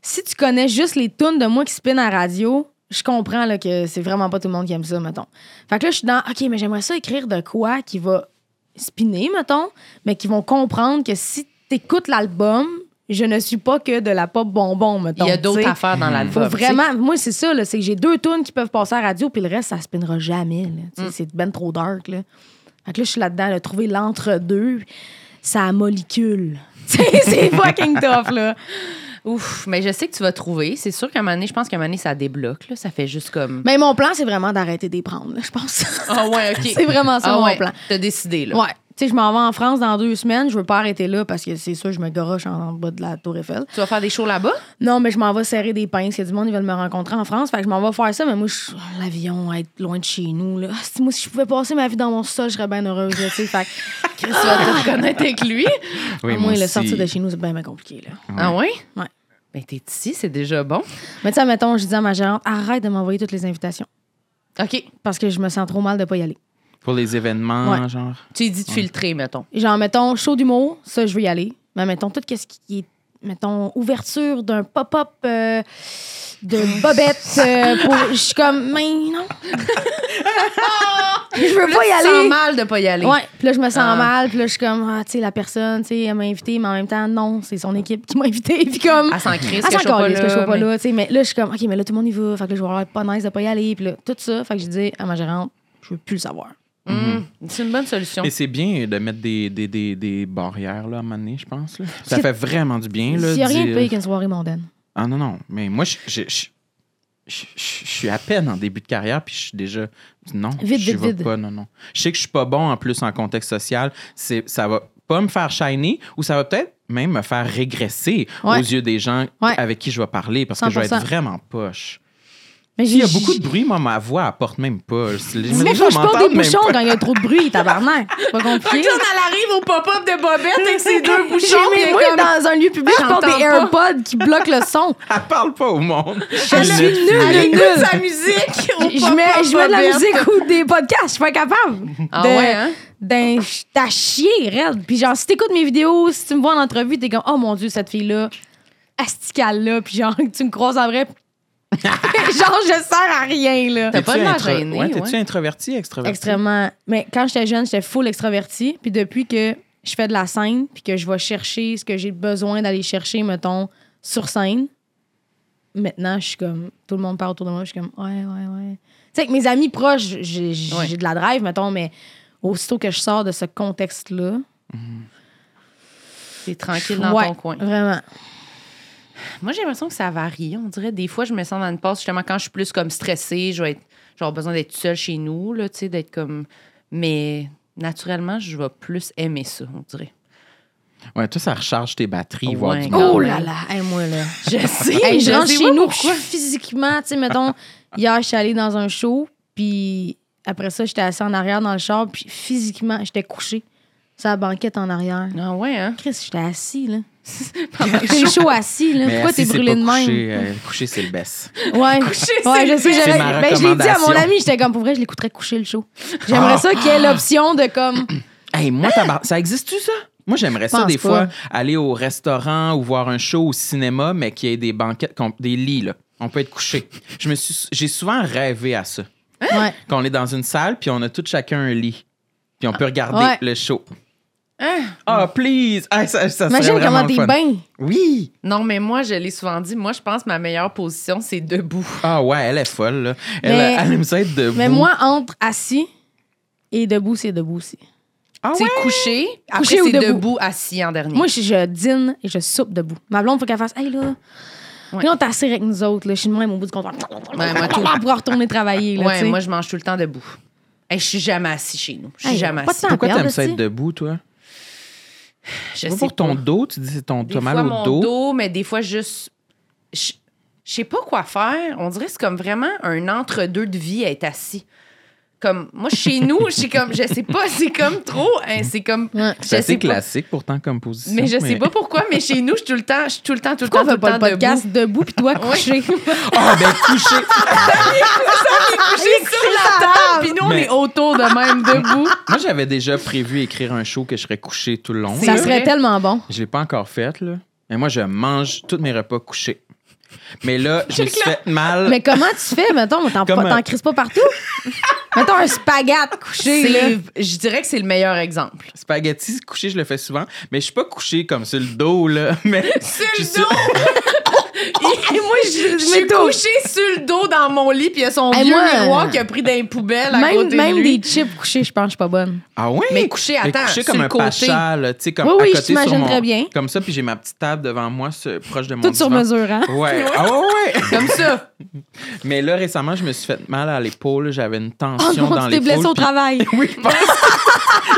E: Si tu connais juste les tunes de moi qui spin à la radio, je comprends là, que c'est vraiment pas tout le monde qui aime ça, mettons. Fait que là, je suis dans. OK, mais j'aimerais ça écrire de quoi qui va spinner, mettons, mais qui vont comprendre que si t'écoutes l'album, je ne suis pas que de la pop bonbon, mettons.
B: Il y a
E: tu
B: d'autres
E: sais.
B: affaires dans l'album.
E: Faut
B: tu sais.
E: vraiment. Moi, c'est ça, là, c'est que j'ai deux tunes qui peuvent passer à la radio, puis le reste, ça spinnera jamais. là. Tu
B: Mm.
E: sais, C'est ben trop dark. Là. Fait que là, je suis là-dedans, là, trouver l'entre-deux, ça molécule. Tu sais, c'est fucking tough, là.
B: Ouf, mais je sais que tu vas trouver. C'est sûr qu'à un moment donné, je pense qu'à un moment donné, ça débloque. Là. Ça fait juste comme.
E: Mais mon plan, c'est vraiment d'arrêter d'y prendre, là, je pense.
B: Ah ouais, OK.
E: c'est vraiment ça,
B: Ah
E: mon
B: ouais,
E: plan.
B: T'as décidé, là.
E: Ouais. Tu sais, je m'en vais en France dans deux semaines. Je veux pas arrêter là parce que c'est sûr, je me garoche en bas de la Tour Eiffel.
B: Tu vas faire des shows là-bas?
E: Non, mais je m'en vais serrer des pinces. Il y a du monde, ils veulent me rencontrer en France. Fait que je m'en vais faire ça, mais moi, je- oh, l'avion, être loin de chez nous. Là. Ah, si- Moi, si je pouvais passer ma vie dans mon sol, je serais bien heureuse. Là, tu sais. fait que,
B: Chris, tu vas te reconnaître avec lui?
E: à
A: Oui,
E: moins,
A: moi
E: le
A: aussi.
E: sortir de chez nous, c'est bien, bien compliqué. Là.
B: Ah ouais?
E: Ouais.
B: Ben, t'es ici, c'est déjà bon.
E: Mais tu sais, mettons, je dis à ma gérante, arrête de m'envoyer toutes les invitations
B: OK.
E: parce que je me sens trop mal de pas y aller.
A: Pour les événements,
E: Ouais.
A: genre.
B: Tu lui dis de filtrer, mettons.
E: Genre, mettons, show d'humour, ça, je veux y aller. Mais mettons, tout ce qui est, mettons, ouverture d'un pop-up euh, de bobette. euh, pour- Je suis comme, mais non. Je veux pas y
B: Tu sens
E: aller.
B: mal de pas y aller.
E: Ouais, puis là, je me sens
B: Ah.
E: mal. Puis là, je suis comme, ah, tu sais, la personne, tu sais, elle m'a invité, mais en même temps, non, c'est son équipe qui m'a invité. Puis comme,
B: Elle s'en crise
E: ah,
B: que je
E: c'est
B: sois
E: encore
B: pas
E: que je sois
B: là.
E: pas
B: mais-
E: là, tu sais. Mais là, je suis comme, OK, mais là, tout le monde y va. Fait que là, je vais avoir pas nice de pas y aller. Puis là, tout ça. Fait que je dis à ma gérante, je veux plus le savoir.
B: Mhm. C'est une bonne solution.
A: Mais c'est bien de mettre des, des, des, des barrières, là, à un moment donné, je pense. là. Ça
E: que-
A: fait vraiment du bien,
E: Il
A: là.
E: n'y a rien de
A: dire-
E: pire qu'une soirée mondaine.
A: Ah non, non. Mais moi, je, je, je, je- je- je suis à peine en début de carrière, puis je suis déjà. Non,
E: Vite,
A: je
E: vite,
A: vais
E: vite.
A: pas, non, non. Je sais que je suis pas bon en plus en contexte social. C'est, ça va pas me faire shiner ou ça va peut-être même me faire régresser
E: Ouais.
A: aux yeux des gens
E: Ouais.
A: avec qui je vais parler parce que je vais être
E: 100%.
A: vraiment poche.
E: Mais
A: S'il y a
E: j'ai-
A: beaucoup de bruit, moi, ma voix apporte même pas. Je- les-
E: Dis-moi,
A: les
E: faut
A: gens
E: que je porte
A: m'entendent
E: des
A: même
E: bouchons
A: pas.
E: quand il y a trop de bruit, tabarnak. C'est pas compliqué.
B: elle arrive au pop-up de Bobette avec ses deux
E: J'ai mes bruits dans un lieu public, je porte
B: J'entends
E: des
B: pas.
E: AirPods qui bloquent le son.
A: Elle parle pas au monde.
E: Je suis nulle, nulle, nulle.
B: musique
E: Je mets, je mets de la musique ou des podcasts, je suis pas capable.
B: Ah
E: de-
B: ouais, hein?
E: d'un- je suis à chier, raide. Puis genre, si t'écoutes mes vidéos, si tu me vois en entrevue, t'es comme, oh mon Dieu, cette fille-là, asticale-là, puis genre, que tu me croises en vrai. genre, je sers à rien, là.
B: T'as pas de
A: T'es-tu
B: l'air
A: intro-
B: gêné,
A: ouais, T'es-tu
B: ouais.
A: introverti, extraverti?
E: Extrêmement. Mais quand j'étais jeune, j'étais full extravertie. Puis depuis que je fais de la scène, puis que je vais chercher ce que j'ai besoin d'aller chercher, mettons, sur scène, maintenant, je suis comme. Tout le monde parle autour de moi, je suis comme, ouais, ouais, ouais. Tu sais, avec mes amis proches, j'ai j'ai
B: Ouais.
E: de la drive, mettons, mais aussitôt que je sors de ce contexte-là.
B: T'es tranquille dans
E: ouais,
B: ton coin.
E: Vraiment.
B: Moi, j'ai l'impression que ça varie. On dirait des fois, je me sens dans une passe, justement, quand je suis plus comme stressée, je vais être, genre, besoin d'être seule chez nous, là, tu sais, d'être comme. Mais naturellement, je vais plus aimer ça, on dirait.
A: Ouais, toi, ça recharge tes batteries,
B: Ouais,
A: voir du
B: quand
A: monde.
E: Oh
B: ouais.
E: là là, hey, moi, là.
B: Je sais,
E: Hey,
B: je
E: je rentre
B: sais
E: chez
B: pas
E: nous, puis je
B: pourquoi.
E: suis physiquement, tu sais, mettons, hier, je suis allée dans un show, puis après ça, j'étais assise en arrière dans le char, puis physiquement, j'étais couchée sur la banquette en arrière.
B: Ah ouais, hein?
E: Chris, j'étais assis, là. J'étais le show assis, là.
A: Mais
E: Pourquoi
A: assis,
E: t'es
A: c'est
E: brûlé
A: pas
E: de même?
A: couché, euh, couché, c'est le best.
E: Ouais. ouais, je sais,
A: best.
E: j'avais-
A: C'est ma
E: ben, je l'ai dit à mon
A: recommandation. Ah.
E: ami, j'étais comme, pour vrai, je l'écouterais coucher le show. J'aimerais ça qu'il y ait l'option de comme.
A: Hey, moi, tabar- ça existe-tu, ça? Moi, j'aimerais ça,
E: Pense
A: des
E: pas.
A: fois, aller au restaurant ou voir un show au cinéma, mais qu'il y ait des banquettes, qu'on- des lits, là. On peut être couché. Je me suis, j'ai souvent rêvé à ça.
E: Ouais.
A: Qu'on est dans une salle, puis on a tout chacun un lit. Puis on peut regarder
E: Ouais. Hein?
A: le show. Ah, please! Hey, ça, ça serait
E: Imagine comment
A: vraiment
E: t'es
A: le fun.
E: bien.
A: Oui!
B: Non, mais moi, je l'ai souvent dit, moi, je pense que ma meilleure position, c'est debout.
A: Ah ouais, elle est folle, là. Elle,
E: Mais-
A: elle aime ça être debout.
E: Mais moi, entre assis et debout, c'est debout aussi.
A: Ah
B: c'est
A: ouais?
B: couché, après
E: Couché
B: c'est
E: ou
B: debout?
E: debout?
B: assis en dernier.
E: Moi, je, je dîne et je soupe debout. Ma blonde, faut qu'elle fasse Hey là,
B: Ouais.
E: viens, on t'assire avec nous autres. Là. Je suis de même au bout du comptoir.
B: Ouais, moi, tout.
E: pour retourner travailler. Là,
B: ouais,
E: tu sais.
B: moi, je mange tout le temps debout. Hey, je suis jamais assis chez nous. Je suis
E: Hey,
B: jamais
E: pas de
B: assis.
E: temps.
A: Pourquoi
E: Regarde,
A: t'aimes ça
E: tu sais.
A: être debout, toi?
B: Je
A: Pas
B: sais
A: pour ton
B: pas.
A: dos, tu dis c'est ton
B: Des
A: t'as mal
B: fois,
A: au
B: mon
A: dos.
B: mais des fois, juste. Je je sais pas quoi faire. On dirait que c'est comme vraiment un entre-deux de vie à être assis. Comme, moi, chez nous, je suis comme, je sais pas, c'est comme trop. hein, c'est comme.
E: Ouais.
B: je
A: C'est assez
B: sais pas.
A: classique pourtant comme position.
B: Mais je sais pas pourquoi, mais chez nous, je suis tout le temps, je suis tout le temps, tout le
E: Pourquoi
B: temps,
E: on fait
B: tout le
E: pas le
B: temps
E: podcast debout, puis toi
B: Ouais.
E: couché?
A: Ah, ben couché.
B: debout. J'ai sur la table, puis nous, on
A: Mais-
B: est autour de même debout.
A: Moi, j'avais déjà prévu écrire un show que je serais couché tout le long.
E: Ça
A: là.
E: serait
B: vrai.
E: tellement bon.
A: Je l'ai pas encore fait, là. Mais moi, je mange tous mes repas couchés. Mais là, je me suis fait mal.
E: Mais comment tu fais, mettons? T'en
A: Comme,
E: t'en
A: euh,
E: crises pas partout? mettons un spaghette couché. là.
B: C'est- Je dirais que c'est le meilleur exemple.
A: Spaghetti couché, je le fais souvent. Mais je suis pas couché comme sur le dos, là. Mais
B: Sur
A: je
B: le
A: suis-
B: dos! Et moi, je, je suis
E: M'étonne.
B: couchée sur le dos dans mon lit, puis il y a son
E: Et
B: vieux
E: moi,
B: miroir qui a pris d'un poubelle à
E: Même,
B: côté
E: même
B: de lui.
E: des chips couchés, je pense que je suis pas bonne.
A: Ah ouais?
B: Mais couché,
A: Mais
B: attends,
A: couché
B: sur
A: comme
B: le
A: un
B: côté.
A: pacha, là, tu sais, comme
E: Oui,
A: à
E: oui,
A: côté
E: je t'imagine
A: sur mon-
E: très bien.
A: Comme ça, puis j'ai ma petite table devant moi, ce- proche de mon
E: Tout sur
A: divan.
E: mesure, hein?
A: Ouais. Ah ouais, ouais.
B: Comme ça.
A: Mais là, récemment, je me suis fait mal à l'épaule. J'avais une tension dans
E: tu t'es
A: l'épaule.
E: Oh, blessé au
A: puis-
E: travail.
A: Oui, je pense.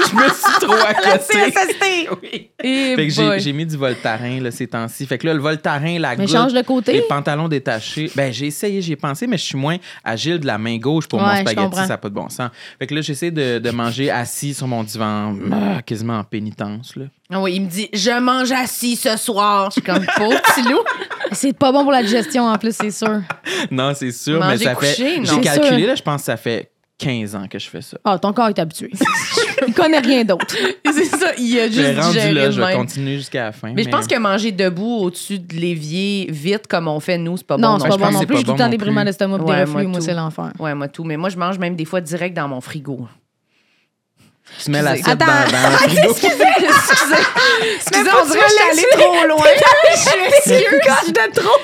A: je me suis trop accoté. Oui. Fait que
B: Et Eh boy.
A: j'ai- j'ai mis du Voltaren là, ces temps-ci. Fait que là, le Voltaren, la
E: Mais
A: goutte,
E: change de
A: les
E: côté.
A: pantalons détachés. Ben, j'ai essayé, j'ai pensé, mais je suis moins agile de la main gauche pour
E: Ouais,
A: mon
E: je
A: spaghetti.
E: comprends.
A: Ça n'a pas de bon sens. Fait que là, j'essaie de, de manger assis sur mon divan, ah, quasiment en pénitence. Là.
B: Ah oui, il me dit Je mange assis ce soir. Je suis comme pauvre petit loup.
E: C'est pas bon pour la digestion en plus, c'est sûr.
A: Non, c'est sûr, mais
B: Manger
A: ça fait.
B: couché, non.
A: J'ai
E: C'est
A: calculé,
E: sûr.
A: là, je pense que ça fait 15 ans que je fais ça.
E: Ah, ton corps est habitué. Il connaît rien d'autre.
B: c'est ça, il a
A: J'ai
B: juste
A: rendu
B: digéré
A: là,
B: de
A: je vais
B: même.
A: continuer jusqu'à la fin.
B: Mais je pense que manger debout au-dessus de l'évier, vite, comme on fait nous, c'est pas
E: non,
B: bon.
E: c'est
A: je
E: pas
B: plus.
E: bon
A: pense
E: non
A: que
E: plus.
A: c'est
E: J'ai tout
A: pas
E: le temps
A: bon
E: des
A: non
E: brûlements d'estomac,
B: Ouais,
E: des
B: moi,
E: reflux. Moi,
B: tout.
E: c'est l'enfer.
B: Ouais, moi tout. Mais moi, je mange même des fois direct dans mon frigo.
A: Tu mets l'assiette dans,
E: Attends.
A: dans le frigo.
B: Excusez. Excusez, on dirait que je suis allée trop loin. Je m'excuse. de trop.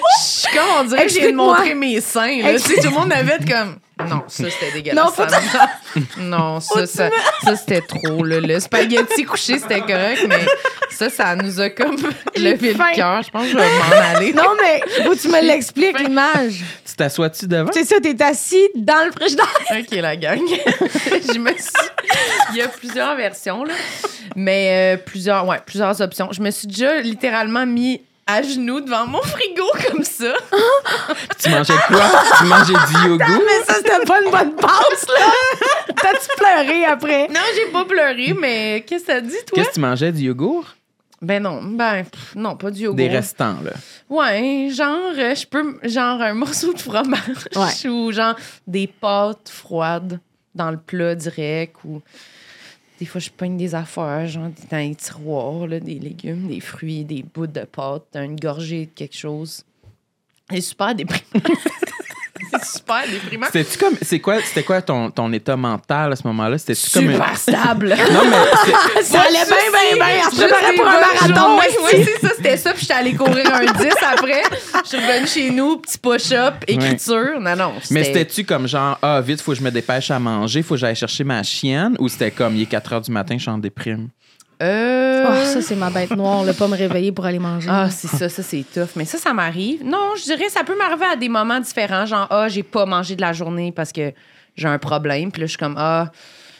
B: Comme on dirait que j'ai
E: Explique-moi.
B: montré mes seins. Là. Tu sais, tout le monde avait de comme. Non, ça c'était dégueulasse.
E: Non, faut
B: ça, non, ça, ça, ça, c'était trop. Là. Le spaghetti couché, c'était correct, mais ça, ça nous a comme levé
E: faim.
B: le cœur. Je pense que je vais m'en aller.
E: Non, mais faut que tu me l'expliques, l'image.
A: Tu t'assois-tu devant?
E: C'est ça, t'es assis dans le frigidaire.
B: Ok, la gang. je me suis... Il y a plusieurs versions, là. Mais euh, plusieurs, ouais, plusieurs options. Je me suis déjà littéralement mis à genoux devant mon frigo comme ça.
A: Tu mangeais quoi? tu mangeais du yogourt?
E: Mais ça, c'était pas une bonne passe, là. T'as-tu pleuré après?
B: Non, j'ai pas pleuré, mais qu'est-ce que ça dit, toi?
A: Qu'est-ce que tu mangeais du yogourt?
B: Ben non, ben pff, non, pas du yogourt.
A: Des restants, là.
B: Ouais, genre, euh, je peux, m- genre un morceau de fromage
E: Ouais.
B: ou genre des pâtes froides dans le plat direct ou des fois je pogne des affaires, genre dans les tiroirs, là, des légumes, des fruits, des bouts de pâtes, une gorgée de quelque chose. C'est super déprimant. C'est super déprimant.
A: C'était-tu comme. C'est quoi, c'était quoi ton, ton état mental à ce moment-là? C'était-tu comme. une-
B: Super stable.
A: Non, mais. c'est-
E: Ça allait bien, bien, bien. Elle se
B: Juste
E: préparait
B: des
E: pour un
B: bonnes
E: marathon.
B: journées.
E: aussi.
B: Ouais, c'est ça, c'était ça. Puis j'étais allée courir un 10 après. Je suis revenue chez nous, petit push-up, écriture. Non, non.
A: Mais c'était-tu comme genre, ah, vite, faut que je me dépêche à manger, faut que j'aille chercher ma chienne? Ou c'était comme, il est 4 h du matin, je suis en déprime?
B: Euh...
E: Oh, ça, c'est ma bête noire, le pas me réveiller pour aller manger.
B: Ah, c'est ça, ça c'est tough. Mais ça, ça m'arrive. Non, je dirais, ça peut m'arriver à des moments différents. Genre, ah, j'ai pas mangé de la journée parce que j'ai un problème. Puis là, je suis comme, ah,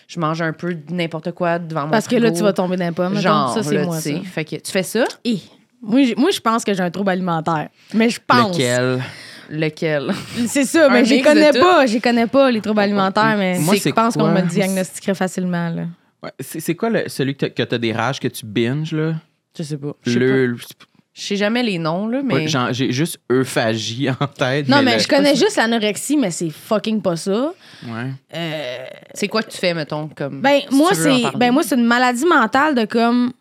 B: je mange un peu de n'importe quoi devant mon
E: Parce que là,
B: frigo.
E: tu vas tomber dans les pommes.
B: Genre,
E: Genre, ça, c'est
B: là,
E: moi.
B: tu
E: Ça.
B: sais. Fait que, tu fais ça?
E: Et moi, je- moi, je pense que j'ai un trouble alimentaire. Mais je pense.
A: Lequel?
B: Lequel?
E: C'est ça,
B: Un
E: mais je
B: mix
E: connais
B: de tout.
E: pas. Je connais pas les troubles alimentaires, mais
A: Moi, c'est
E: je pense
A: quoi?
E: qu'on me le diagnostiquerait facilement. Là.
A: Ouais, C'est c'est quoi le- celui que t'as- que t'as des rages, que tu binges, là?
B: Je sais pas. Je sais pas.
A: Le. le-
B: Je sais jamais les noms, là, mais.
A: ouais, genre, J'ai juste euphagie en tête.
E: Non, mais
A: le-
E: je connais juste l'anorexie, mais c'est fucking pas ça.
A: Ouais.
B: C'est quoi que tu fais, mettons, comme.
E: Ben,
B: si
E: moi,
B: tu veux en
E: c'est
B: parler.
E: ben, moi, c'est une maladie mentale de comme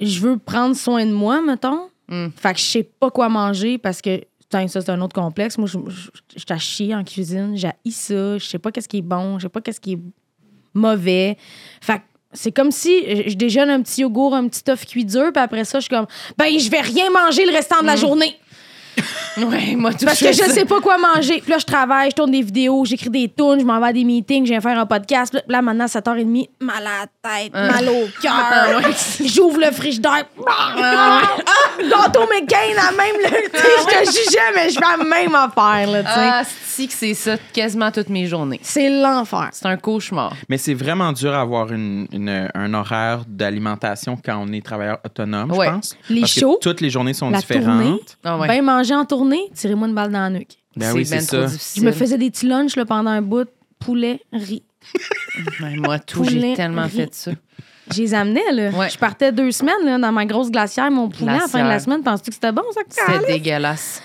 E: je veux prendre soin de moi, mettons.
B: Mm.
E: Fait que je sais pas quoi manger parce que putain, ça, c'est un autre complexe. Moi, je je- je suis à chier en cuisine, j'haïs ça, je sais pas qu'est-ce qui est bon, je sais pas qu'est-ce qui est mauvais. Fait que c'est comme si je- je déjeune un petit yogourt, un petit œuf cuit dur, puis après ça, je suis comme ben, je vais rien manger le restant de
B: Hmm.
E: la journée.
B: Ouais, moi, tout
E: Parce que je
B: ça.
E: sais pas quoi manger. Puis là, je travaille, je tourne des vidéos, j'écris des tunes, je m'en vais à des meetings, je viens faire un podcast. Puis Là, maintenant, à 7h30, mal à la tête,
B: Ah.
E: mal au cœur. J'ouvre le frigidaire. Ah, Gâteau McCain, à même le. Tu sais, je te jugeais, mais je fais la même affaire, là, tu sais.
B: Ah, si que c'est ça quasiment toutes mes journées.
E: C'est l'enfer.
B: C'est un cauchemar.
A: Mais c'est vraiment dur à avoir une- une- un horaire d'alimentation quand on est travailleur autonome,
B: Ouais.
A: je pense.
E: Les
A: Parce que
E: shows,
A: toutes les journées sont
E: la tournée.
A: différentes.
B: Ah ouais.
E: Ben manger en tournée, tirez-moi une balle dans la nuque.
A: Ben oui,
B: c'est
A: c'est
B: ben trop
A: ça.
E: Je
B: difficile.
E: me faisais des petits lunchs là, pendant un bout. Poulet, riz.
B: Ouais, Ben, moi, tout,
E: Poulet,
B: j'ai tellement
E: riz.
B: fait ça.
E: Je les amenais, là.
B: Ouais.
E: Je partais deux semaines là, dans ma grosse glacière, mon poulet à la fin de la
B: Glacière.
E: semaine. Penses-tu que c'était bon, ça?
B: C'était dégueulasse.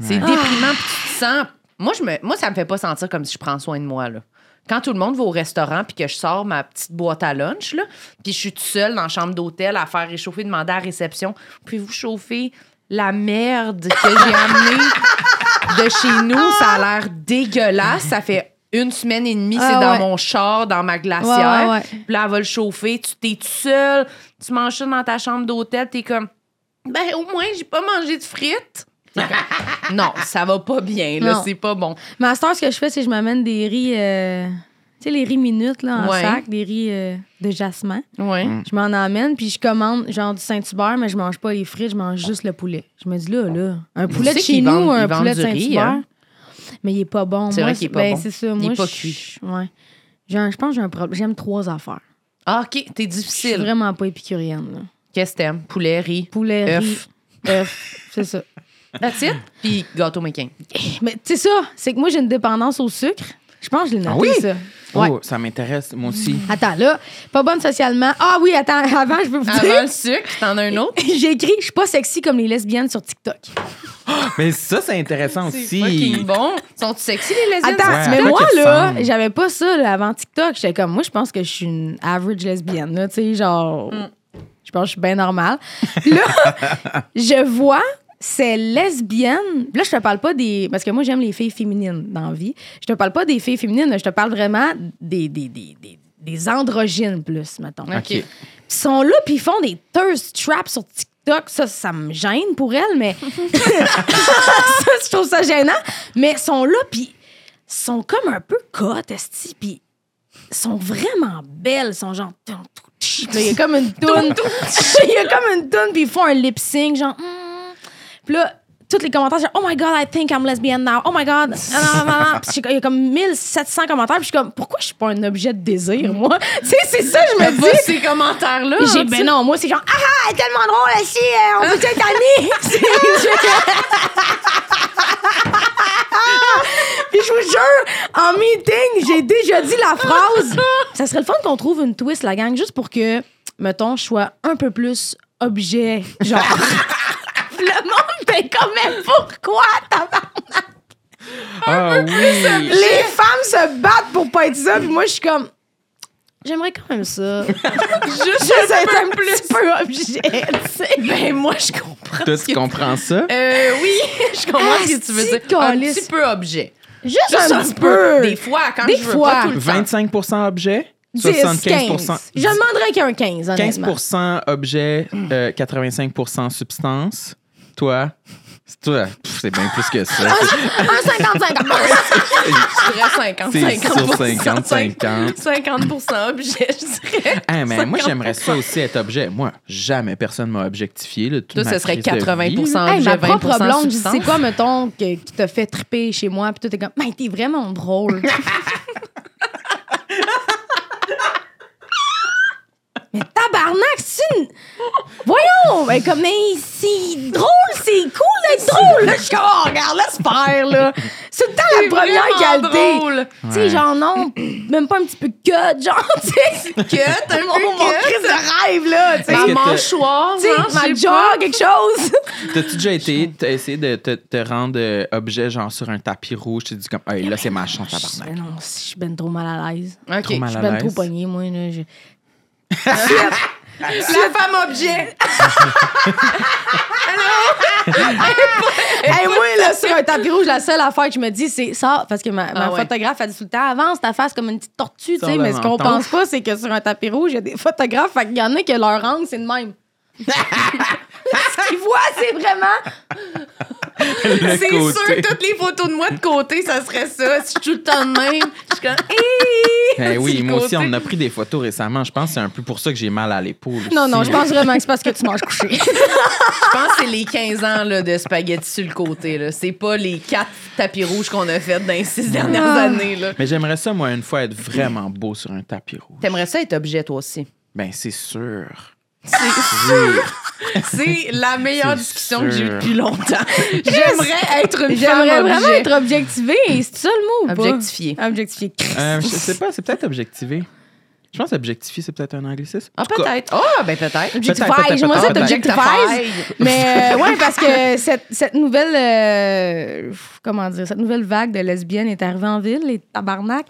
B: C'est déprimant, puis tu te sens. Moi, je me... moi, ça me fait pas sentir comme si je prends soin de moi, là. Quand tout le monde va au restaurant puis que je sors ma petite boîte à lunch, là, puis je suis toute seule dans la chambre d'hôtel à faire réchauffer, demander à la réception, pouvez-vous chauffer la merde que j'ai amenée de chez nous? Ça a l'air dégueulasse. Ça fait une semaine et demie,
E: Ah
B: c'est dans
E: ouais.
B: mon char, dans ma glacière.
E: Ouais, ouais, ouais.
B: Puis là, elle va le chauffer. Tu t'es tout seul. Tu manges ça dans ta chambre d'hôtel. T'es comme, ben au moins, j'ai pas mangé de frites. T'es comme, non, ça va pas bien. là,
E: Non.
B: C'est pas bon.
E: Ma star, ce que je fais, c'est que je m'amène des riz, euh, tu sais, les riz minutes, là, en
B: Ouais.
E: sac, des riz euh, de jasmin.
B: Ouais.
A: Mm.
E: Je m'en amène, puis je commande, genre, du Saint-Hubert, mais je mange pas les frites, je mange juste le poulet. Je me dis, là, là, un poulet de
B: sais
E: chez
B: qu'ils
E: nous,
B: vendent-
E: un
B: ils vendent
E: poulet de
B: du riz,
E: Saint-Hubert.
B: hein?
E: Mais il est pas bon.
B: C'est
E: Moi,
B: vrai qu'il est pas
E: ben,
B: bon.
E: C'est ça,
B: Il
E: moi,
B: est pas
E: je-
B: cuit.
E: Ouais. J'ai un- Je pense que j'ai un problème. J'aime trois affaires.
B: Ah, OK, t'es
E: Je suis
B: difficile.
E: vraiment pas épicurienne, là.
B: Qu'est-ce que t'aimes? Poulet, riz.
E: Poulet,
B: Œuf.
E: riz, œuf. C'est ça.
B: That's it. Puis gâteau méquin.
E: Mais tu sais ça, c'est que moi, j'ai une dépendance au sucre. Je Je pense que je l'ai noté,
A: Ah oui?
E: ça.
A: Oh,
E: Ouais.
A: ça m'intéresse, moi aussi.
E: Attends, là, pas bonne socialement. Ah oui, attends, avant, je veux vous
B: Avant
E: dire.
B: le sucre, t'en as un autre?
E: J'ai écrit, je suis pas sexy comme les lesbiennes sur TikTok.
A: Mais ça, c'est intéressant
B: C'est
A: aussi.
B: fucking bon. Sont-tu sexy, les lesbiennes?
E: Attends,
A: Ouais,
E: mais
A: à quoi
E: moi,
A: qu'elles
E: là,
A: ressemblent?
E: j'avais pas ça là, avant TikTok. J'étais comme, moi, je pense que je suis une average lesbienne, là, tu sais, genre,
B: Mm.
E: je pense que je suis bien normale. Puis là, je vois ces lesbiennes. Puis Là, je te parle pas des. Parce que moi, j'aime les filles féminines dans la vie. Je te parle pas des filles féminines, je te parle vraiment des, des, des, des, des androgynes plus, mettons.
A: OK.
B: Ok.
E: Ils sont là, puis ils font des thirst traps sur TikTok. Ça, ça me gêne pour elles, mais. ça, je trouve ça gênant. Mais ils sont là, puis ils sont comme un peu cotes, esti, puis ils sont vraiment belles. Ils sont genre. Puis là, Il y a comme une toune. Il y a comme une toune, puis ils font un lip sync, genre. Hmm. Puis là, tous les commentaires, genre, Oh my God, I think I'm lesbian now. Oh my God. Ah, non, non, non, non. Puis j'ai- il y a comme 1700 commentaires, puis je suis comme, Pourquoi je suis pas un objet de désir, moi? tu sais, c'est ça, je me dis.
B: Pas ces commentaires-là.
E: J'ai
B: hein,
E: ben non, moi c'est genre ah ah, elle est tellement drôle ici, euh, on peut être amis. C'est- je- Puis je vous jure, en meeting, j'ai déjà dit la phrase. Ça serait le fun qu'on trouve une twist la gang juste pour que mettons je sois un peu plus objet genre. le monde ben quand même pourquoi tabarnak?
A: Ah oui!
E: les femmes se battent pour pas être ça puis moi je suis comme J'aimerais quand même ça. Juste, être un petit peu objet, tu sais. Ben, moi, je comprends.
A: Toi, tu comprends ça?
B: Euh, oui, je comprends ce que tu veux
E: Asti
B: dire.
E: de
B: Un
E: calice.
B: petit peu objet.
E: Juste,
B: Juste
E: un petit peu.
B: Des fois, quand
E: Des
B: je veux
E: fois.
B: pas tout le temps.
A: 25 objet,
E: 10,
A: 75
E: 15. Je demanderais qu'un 15, honnêtement.
A: 15 objet, euh, 85 substance. Toi, c'est toi, pff, c'est bien plus que ça.
B: Ah,
E: Un 55.
B: Je dirais 50,
A: C'est
B: 50,
A: sur 50, 50.
B: 50 objet, je dirais.
A: Ah, mais moi,
B: 50%.
A: j'aimerais ça aussi être objet. Moi, jamais personne m'a objectifié. Là, toute
B: Toi,
A: ma
B: ce serait
A: crise de vie,
B: 80
A: là.
E: hey, ma
B: objet, 20
E: propre blonde, je dis,
B: substance.
E: c'est quoi, mettons, que, qui t'a fait triper chez moi, puis tout est comme, mais t'es vraiment drôle. mais tabarnak, c'est une. Voyons! Ben, comme, mais c'est drôle, c'est cool d'être drôle, là. Je suis comme, oh, regarde, laisse faire, là. C'est tout le temps la première
B: Vraiment
E: qualité.
B: drôle.
E: Tu sais, genre, non, même pas un petit peu cut, genre, tu sais.
B: Que t'as
E: Mon, mon crise de rêve, là, tu sais.
A: Parce que
B: Ma
A: t'as-
B: mâchoire,
E: Tu sais,
B: hein,
E: ma
B: Bah, je sais
E: jaw, quelque chose.
A: T'as-tu déjà été, t'as essayé de te, te rendre euh, objet, genre sur un tapis rouge, tu te dis comme, hey, là, c'est ma chance,
E: Ben
A: tabarnak.
E: non, je suis ben trop mal à l'aise.
B: pas.
A: Trop
B: Ok.
A: mal
E: Je
A: à
E: suis ben trop
A: l'aise.
E: pognée, moi. Là, je-
B: La femme objet.
E: Hey, moi, là, sur un tapis rouge, la seule affaire que je me dis, c'est ça. Parce que ma, ma
B: Ah ouais.
E: photographe, elle dit tout le temps, avance ta face comme une petite tortue, tu
A: Sors
E: sais.
A: le
E: Mais ce qu'on
A: menton.
E: pense pas, c'est que sur un tapis rouge, il y a des photographes. Fait qu'il y en a que leur angle, c'est le même. ce qu'ils voient, c'est vraiment.
A: Le
B: C'est
A: côté.
B: sûr, toutes les photos de moi de côté, ça serait ça. Si je suis tout le temps de même, je suis comme.
A: Ben
B: C'est
A: oui,
B: le
A: moi aussi,
B: côté.
A: on a pris des photos récemment. Je pense que c'est un peu pour ça que j'ai mal à l'épaule.
E: Non,
A: aussi.
E: non, je pense vraiment que c'est parce que tu manges couché.
B: Je pense que c'est les 15 ans là, de spaghettis sur le côté. Là. C'est pas les 4 tapis rouges qu'on a fait dans les 6 dernières années. Là.
A: Mais j'aimerais ça, moi, une fois, être vraiment beau sur un tapis rouge.
B: T'aimerais ça être objet, toi aussi?
A: Ben, c'est sûr.
B: C'est la meilleure
A: C'est
B: discussion
A: sûr.
B: que j'ai eue depuis longtemps. J'aimerais être une
E: J'aimerais
B: femme
E: vraiment
B: objet.
E: être objectivée. C'est ça le mot ou pas?
B: objectifiée.
E: Objectifiée.
A: Euh, je sais pas, c'est peut-être objectivé. Je pense que objectifié, c'est peut-être un anglicisme.
B: Ah,
A: En tout cas,
B: peut-être. Ah, ben peut-être.
A: peut-être,
E: Objectify, j'aimerais ça
A: peut-être,
E: t'objectifies. Mais euh, ouais, parce que cette, cette nouvelle euh, pff, comment dire, cette nouvelle vague de lesbiennes est arrivée en ville, les tabarnak.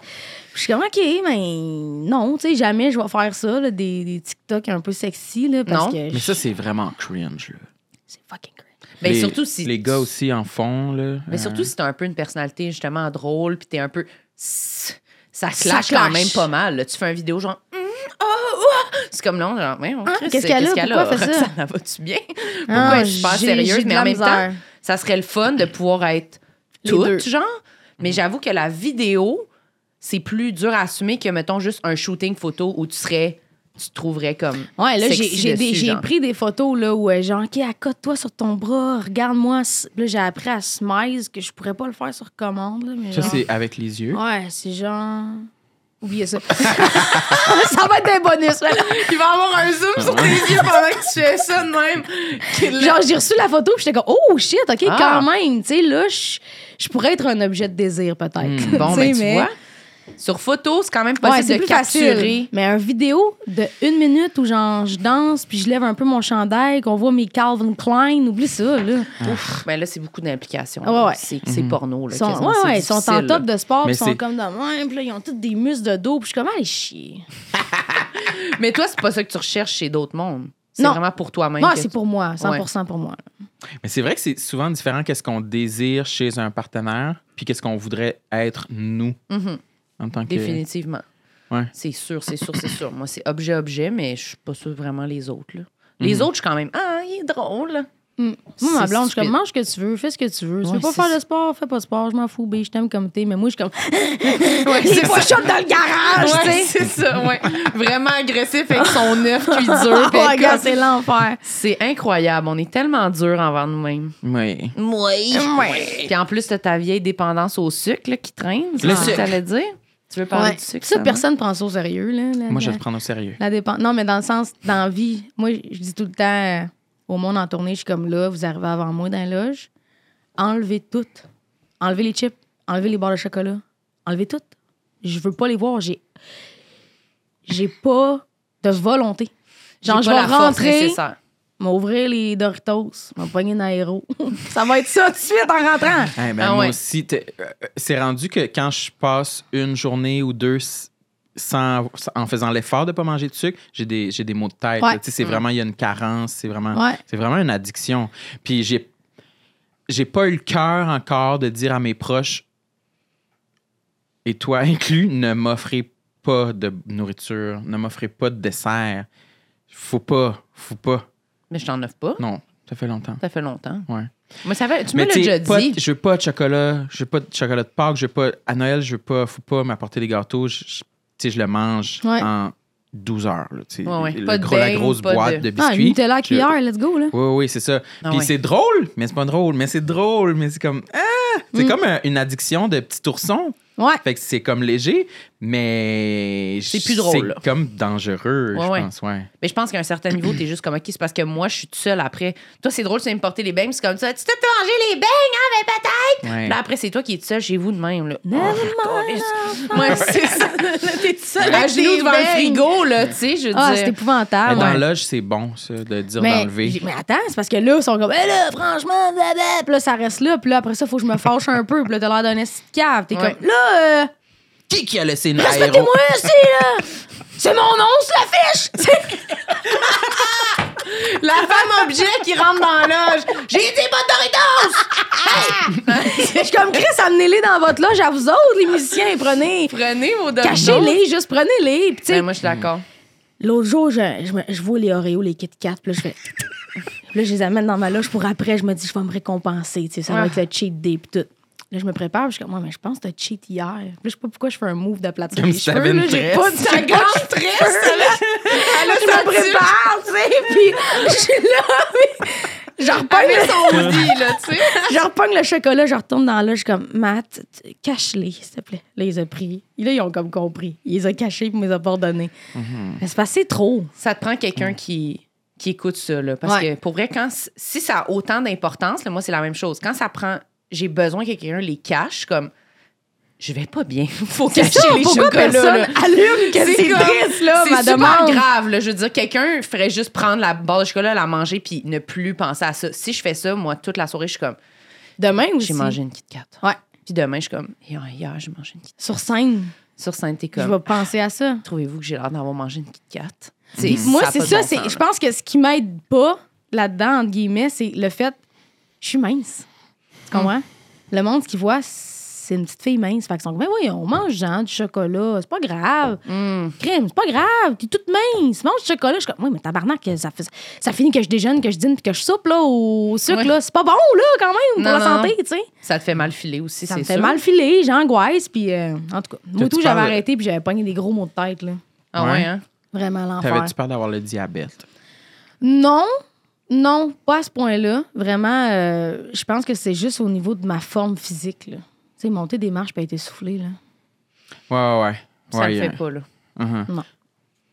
E: Je suis comme ok, mais non, tu sais jamais je vais faire ça là, des, des TikTok un peu sexy là, parce
B: Non.
E: que
A: Mais ça,
E: je-
A: c'est vraiment cringe. là.
E: c'est fucking cringe.
B: Mais
A: Les-
B: surtout si.
A: Ben, Les gars aussi en font. Là,
E: Mm-hmm.
B: Mais surtout
A: Euh,
B: si t'as un peu une personnalité justement drôle, puis t'es un peu. Ça clash,
E: clash.
B: quand même pas mal. là. Tu fais une vidéo genre. Hum, oh, oh. C'est comme long, genre. Mais on
E: Ah,
B: Christ,
E: qu'est-ce qu'elle a? Pourquoi elle fait ça?
B: Roxane, va-tu bien? Pourquoi
E: Ah,
B: elle est super
E: j'ai-
B: sérieuse?
E: j'ai de
B: Mais
E: la
B: en même
E: misère.
B: temps, ça serait le fun de pouvoir être
E: Les deux. Mm-hmm.
B: toute, genre. Mais j'avoue que la vidéo, c'est plus dur à assumer que, mettons, juste un shooting photo où tu serais. Tu te trouverais comme.
E: Ouais, là, j'ai-
B: sexy
E: j'ai des-
B: dessus,
E: j'ai
B: genre.
E: pris des photos là, où, euh, genre, OK, accote-toi sur ton bras, regarde-moi. Puis Là, j'ai appris à smize que je pourrais pas le faire sur commande. Là, mais
A: Euh, Ça,
E: genre-
A: c'est avec les yeux.
E: Ouais, c'est genre. Oubliez ça. ça va être un bonus. là.
B: Il va avoir un zoom sur tes yeux pendant que tu fais ça de même.
E: Genre, j'ai reçu la photo, puis j'étais comme, oh shit, OK,
B: Ah.
E: quand même. Mm. Tu sais, là, je je pourrais être un objet de désir, peut-être.
B: Hmm, Bon,
E: Tu
B: ben,
E: sais,
B: tu vois. Sur photo, c'est quand même
E: Ouais,
B: possible
E: c'est
B: de
E: plus
B: capturer.
E: facile. Mais un vidéo de une minute où genre je danse puis je lève un peu mon chandail, qu'on voit mes Calvin Klein, oublie ça là.
B: Ah, Mais Ben là, c'est beaucoup d'implications.
E: Ah Ouais,
B: là.
E: ouais.
B: C'est c'est porno. Là,
E: Ils sont,
B: quasiment.
E: ouais,
B: C'est
E: ouais, ils sont en
B: difficile,
E: top
B: là.
E: de sport,
A: Mais
E: puis ils
A: c'est-
E: sont comme dans même, puis là, ils ont tous des muscles de dos, puis je suis comme allez chier.
B: Mais toi, c'est pas ça que tu recherches chez d'autres mondes. C'est
E: Non.
B: vraiment pour toi-même.
E: Moi,
B: que
E: c'est
B: tu-
E: pour moi, 100% pour moi.
A: Mais c'est vrai que c'est souvent différent qu'est-ce qu'on désire chez un partenaire, puis qu'est-ce qu'on voudrait être nous
B: Mhm.
A: en tant que.
B: Définitivement.
A: Ouais.
B: C'est sûr, c'est sûr, c'est sûr. Moi, c'est objet-objet, mais je suis pas sûre vraiment les autres. Là. Les autres, je suis quand même. Ah, il est drôle.
E: Mm. Moi, ma
B: C'est
E: blonde, je suis
B: stupide.
E: comme mange ce que tu veux, fais ce que tu veux. Tu
B: Ouais,
E: veux pas
B: c'est
E: faire
B: ça.
E: de sport, fais pas de sport, je m'en fous, bé, je t'aime comme t'es, mais moi, je suis comme
B: c'est
E: pas chope dans le garage, tu
B: Ouais,
E: sais.
B: c'est ça, ouais. Vraiment agressif avec son œuf cuit dur.
E: Oh
B: puis
E: my
B: être
E: God,
B: comme-
E: c'est l'enfer.
B: C'est incroyable. On est tellement dur envers nous-mêmes.
A: Oui.
F: Moi.
B: Puis en plus, t'as ta vieille dépendance au sucre là, qui traîne. C'est
A: Le
B: ce que
A: sucre.
B: t'allais dire? Tu veux parler
E: Ouais.
B: du sucre?
E: Ça,
B: Sam?
E: personne prend ça au sérieux, là. la-
A: Moi, je
E: la-
A: vais te prendre au sérieux.
E: La dépend... Non, mais dans le sens, dans la vie, moi, je dis tout le temps euh, au monde en tournée, je suis comme là, vous arrivez avant moi dans la loge, enlevez tout. Enlevez les chips, enlevez les barres de chocolat, enlevez tout. Je veux pas les voir, j'ai. J'ai pas de volonté.
B: J'ai
E: Genre, je
B: pas
E: vais
B: la force
E: rentrer,
B: nécessaire.
E: m'ouvrir les Doritos, m'empoigner d'aéro. ça va être ça tout de suite en rentrant.
A: Eh ben,
B: Ah
A: moi
B: ouais.
A: aussi, t'es- euh, euh, c'est rendu que quand je passe une journée ou deux s- sans, sans- en faisant l'effort de ne pas manger de sucre, j'ai des, j'ai des maux de tête.
E: Ouais.
A: là. Tu sais, C'est vraiment, il y a une carence, c'est vraiment,
E: Ouais.
A: c'est vraiment une addiction. Puis j'ai, j'ai pas eu le cœur encore de dire à mes proches, et toi inclus, ne m'offrez pas de nourriture, ne m'offrez pas de dessert. Faut pas, faut pas.
B: Mais je t'en offre pas.
A: Non, ça fait longtemps.
B: Ça fait longtemps.
A: Ouais.
B: Mais ça fait, tu me
A: Mais
B: l'as
A: t'sais,
B: déjà
A: pas-
B: dit.
A: Je veux pas de chocolat, je veux pas de chocolat de Pâques, je veux pas. À Noël, je veux pas, faut pas m'apporter des gâteaux. Je, je- t'sais, je le mange
E: Ouais.
A: en 12 heures. là, t'sais.
B: Ouais, ouais.
A: Le
B: Pas de
A: gros- la
B: beignes,
A: grosse
B: pas
A: boîte
B: de-
A: de,
E: Ah, une
A: biscuits.
E: Nutella à cuillère, let's go, là.
A: Oui, oui, c'est ça.
B: Ah
A: Puis
B: ouais.
A: c'est drôle, mais c'est pas drôle, mais c'est drôle, mais c'est comme. Ah!
B: Mm.
A: C'est comme euh, une addiction de petit ourson.
E: Ouais.
A: Fait que c'est comme léger, mais.
B: C'est plus drôle, là.
A: C'est comme dangereux,
B: Ouais,
A: je
B: ouais.
A: pense, ouais.
B: Mais je pense qu'à un certain niveau, t'es juste comme, OK, c'est parce que moi, je suis toute seule après. Toi, c'est drôle, tu viens me porter les beignes, c'est comme ça. Tu t'es mangé les beignes, hein, mais peut-être.
A: Ouais.
B: Là, après, c'est toi qui es toute seule chez vous de même, là. Oh,
E: Never
B: Ouais, c'est ça. t'es toute seule. À
E: avec
B: genoux
E: tes
B: devant le
E: beignes.
B: frigo, là, tu sais, je veux
E: Ah,
B: dire.
E: c'est
A: Mais
E: épouvantable.
A: dans
E: ouais.
A: l'âge, c'est bon, ça, de dire
E: Mais,
A: d'enlever.
E: j'ai- mais attends, c'est parce que là, ils sont comme, Eh là, franchement, blablabla. Puis là, ça reste là. Puis là, après ça, faut que je me fâche un peu. Puis là, t'as l'air d'un esti de cave. T'es
B: Ouais.
E: comme, là, euh,
A: Qui qui a laissé une aéro?
E: respectez-moi, c'est là. C'est mon nom sur l'affiche. C'est-
B: La femme objet qui rentre dans l'âge. J'ai été bonne Doritos!
E: Je suis comme, Chris, amenez-les dans votre loge à vous autres, les musiciens. Prenez.
B: Prenez vos Doritos.
E: Cachez-les, juste prenez-les. Puis, tu sais,
B: Ben, moi, je suis d'accord.
E: L'autre jour, je, je, me- je vois les Oreos, les Kit Kat, puis là, je fais. Puis là, je les amène dans ma loge pour après, je me dis, je vais me récompenser, tu sais, ça va être le cheat day, puis tout. Là, je me prépare, puis je suis comme, ouais, mais je pense que t'as cheat hier. Puis là, je sais pas pourquoi je fais un move d'aplatir
A: Comme
E: les
A: si t'avais
E: cheveux,
A: une
E: là, j'ai
A: tresse.
E: pas de ta grande tresse, là, je me prépare, tu sais, puis je suis là, mais je repogne le-
B: On dit, là, tu sais.
E: je repogne le chocolat, je retourne dans la loge, je suis comme, Matt, tu- cache-les, s'il te plaît. Là, ils ont pris. Là, ils ont comme compris. Ils les ont cachés, puis ils les ont pas redonnés.
A: Mhm.
E: Mais c'est passé trop.
B: Ça te prend quelqu'un qui, qui écoute ça, là. Parce
E: Ouais.
B: que pour vrai, quand, si ça a autant d'importance, là, moi, c'est la même chose. Quand ça prend, j'ai besoin que quelqu'un les cache, comme, je vais pas bien. Faut
E: C'est
B: cacher
E: ça,
B: les
E: pourquoi
B: chocolats,
E: personne
B: là.
E: allume que c'est
B: comme-
E: triste, là,
B: c'est
E: ma
B: super
E: demande?
B: grave, là. Je veux dire, quelqu'un ferait juste prendre la barre de chocolat, la manger, puis ne plus penser à ça. Si je fais ça, moi, toute la soirée, je suis comme,
E: Demain aussi.
B: j'ai mangé une Kit Kat.
E: Ouais.
B: Ah. Puis demain, je suis comme, hier, hier, j'ai mangé une Kit Kat.
E: Sur scène,
B: Sur scène, t'es
E: je
B: comme,
E: vais penser à ça.
B: trouvez-vous que j'ai l'air d'avoir mangé une Kit Kat?
E: Puis moi, c'est ça. c'est- je
B: je
E: pense que ce qui m'aide pas là-dedans, entre guillemets, c'est le fait je suis mince. Tu
B: Hum.
E: comprends? Le monde, ce qu'ils voit, c'est une petite fille mince. Fait qu'ils sont comme, ben oui, on mange genre, du chocolat, c'est pas grave.
B: Hum.
E: Crème, c'est pas grave, t'es toute mince, mange du chocolat. Je suis comme, oui, mais tabarnak, ça, fait- ça finit que je déjeune, que je dîne, puis que je soupe, là, au sucre,
B: Ouais.
E: là. C'est pas bon, là, quand même,
B: Non,
E: pour la
B: non,
E: santé, tu sais.
B: Ça te fait mal filer aussi,
E: Ça
B: c'est
E: me fait
B: sûr.
E: mal filer, j'angoisse, puis euh, en tout cas, moi
A: T'as-tu
E: tout, j'avais
A: peur de-
E: arrêté, puis j'avais pogné des gros maux de tête, là.
B: Ah ouais,
A: Ouais.
B: hein?
E: Vraiment l'enfer.
A: T'avais-tu peur d'avoir le diabète?
E: Non, non, pas à ce point-là. Vraiment, euh, je pense que c'est juste au niveau de ma forme physique, là. Tu sais, monter des marches, puis être essoufflé, là.
A: Ouais, ouais, ouais.
B: Ça
A: Ouais,
B: le fait
A: euh,
B: pas, là.
A: mhm.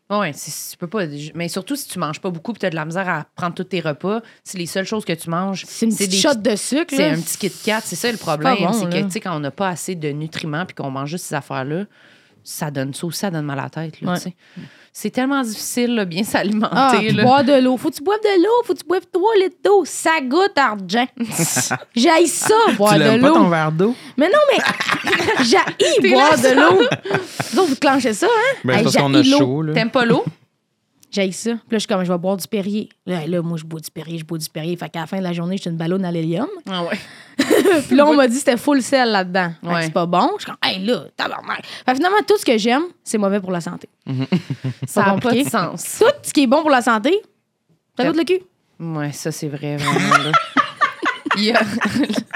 B: Oui, tu peux pas. Mais surtout si tu manges pas beaucoup et tu as de la misère à prendre tous tes repas, si les seules choses que tu manges,
E: C'est une petite shot de sucre,
B: C'est
E: là.
B: un petit Kit Kat, c'est ça le problème.
E: pas bon,
B: c'est que,
E: là.
B: tu sais, quand on n'a pas assez de nutriments puis qu'on mange juste ces affaires-là, ça donne ça ou ça donne mal à la tête. là,
E: Ouais.
B: tu sais. C'est tellement difficile, là, bien s'alimenter.
E: Ah,
B: là.
E: boire de l'eau. Faut que tu boives de l'eau. Faut que tu boives 3 litres d'eau. Ça goûte argent. J'aille ça, boire
A: tu
E: de
A: l'aimes pas ton
E: l'eau.
A: verre d'eau?
E: Mais non, mais j'haïs boire de l'eau. Vous autres, vous clenchez ça, hein?
A: Ben,
E: Hey,
A: parce qu'on a
E: j'haïs l'eau.
A: chaud, là.
B: T'aimes pas l'eau?
E: J'haïs ça. Puis là, je suis comme, je vais boire du Perrier. Là, là, moi, je bois du Perrier, je bois du Perrier. Fait qu'à la fin de la journée, j'étais une ballonne à l'hélium.
B: Ah ouais.
E: Puis là, on m'a dit que c'était full sel là-dedans. Fait que
B: Ouais.
E: C'est pas bon. Je suis comme, hey, là, tabarnak. Fait que finalement, tout ce que j'aime, c'est mauvais pour la santé.
B: Ça n'a pas
E: compliqué.
B: de sens.
E: Tout ce qui est bon pour la santé, ça goûte le cul.
B: Ouais, ça, c'est vrai, vraiment. là. Il y a-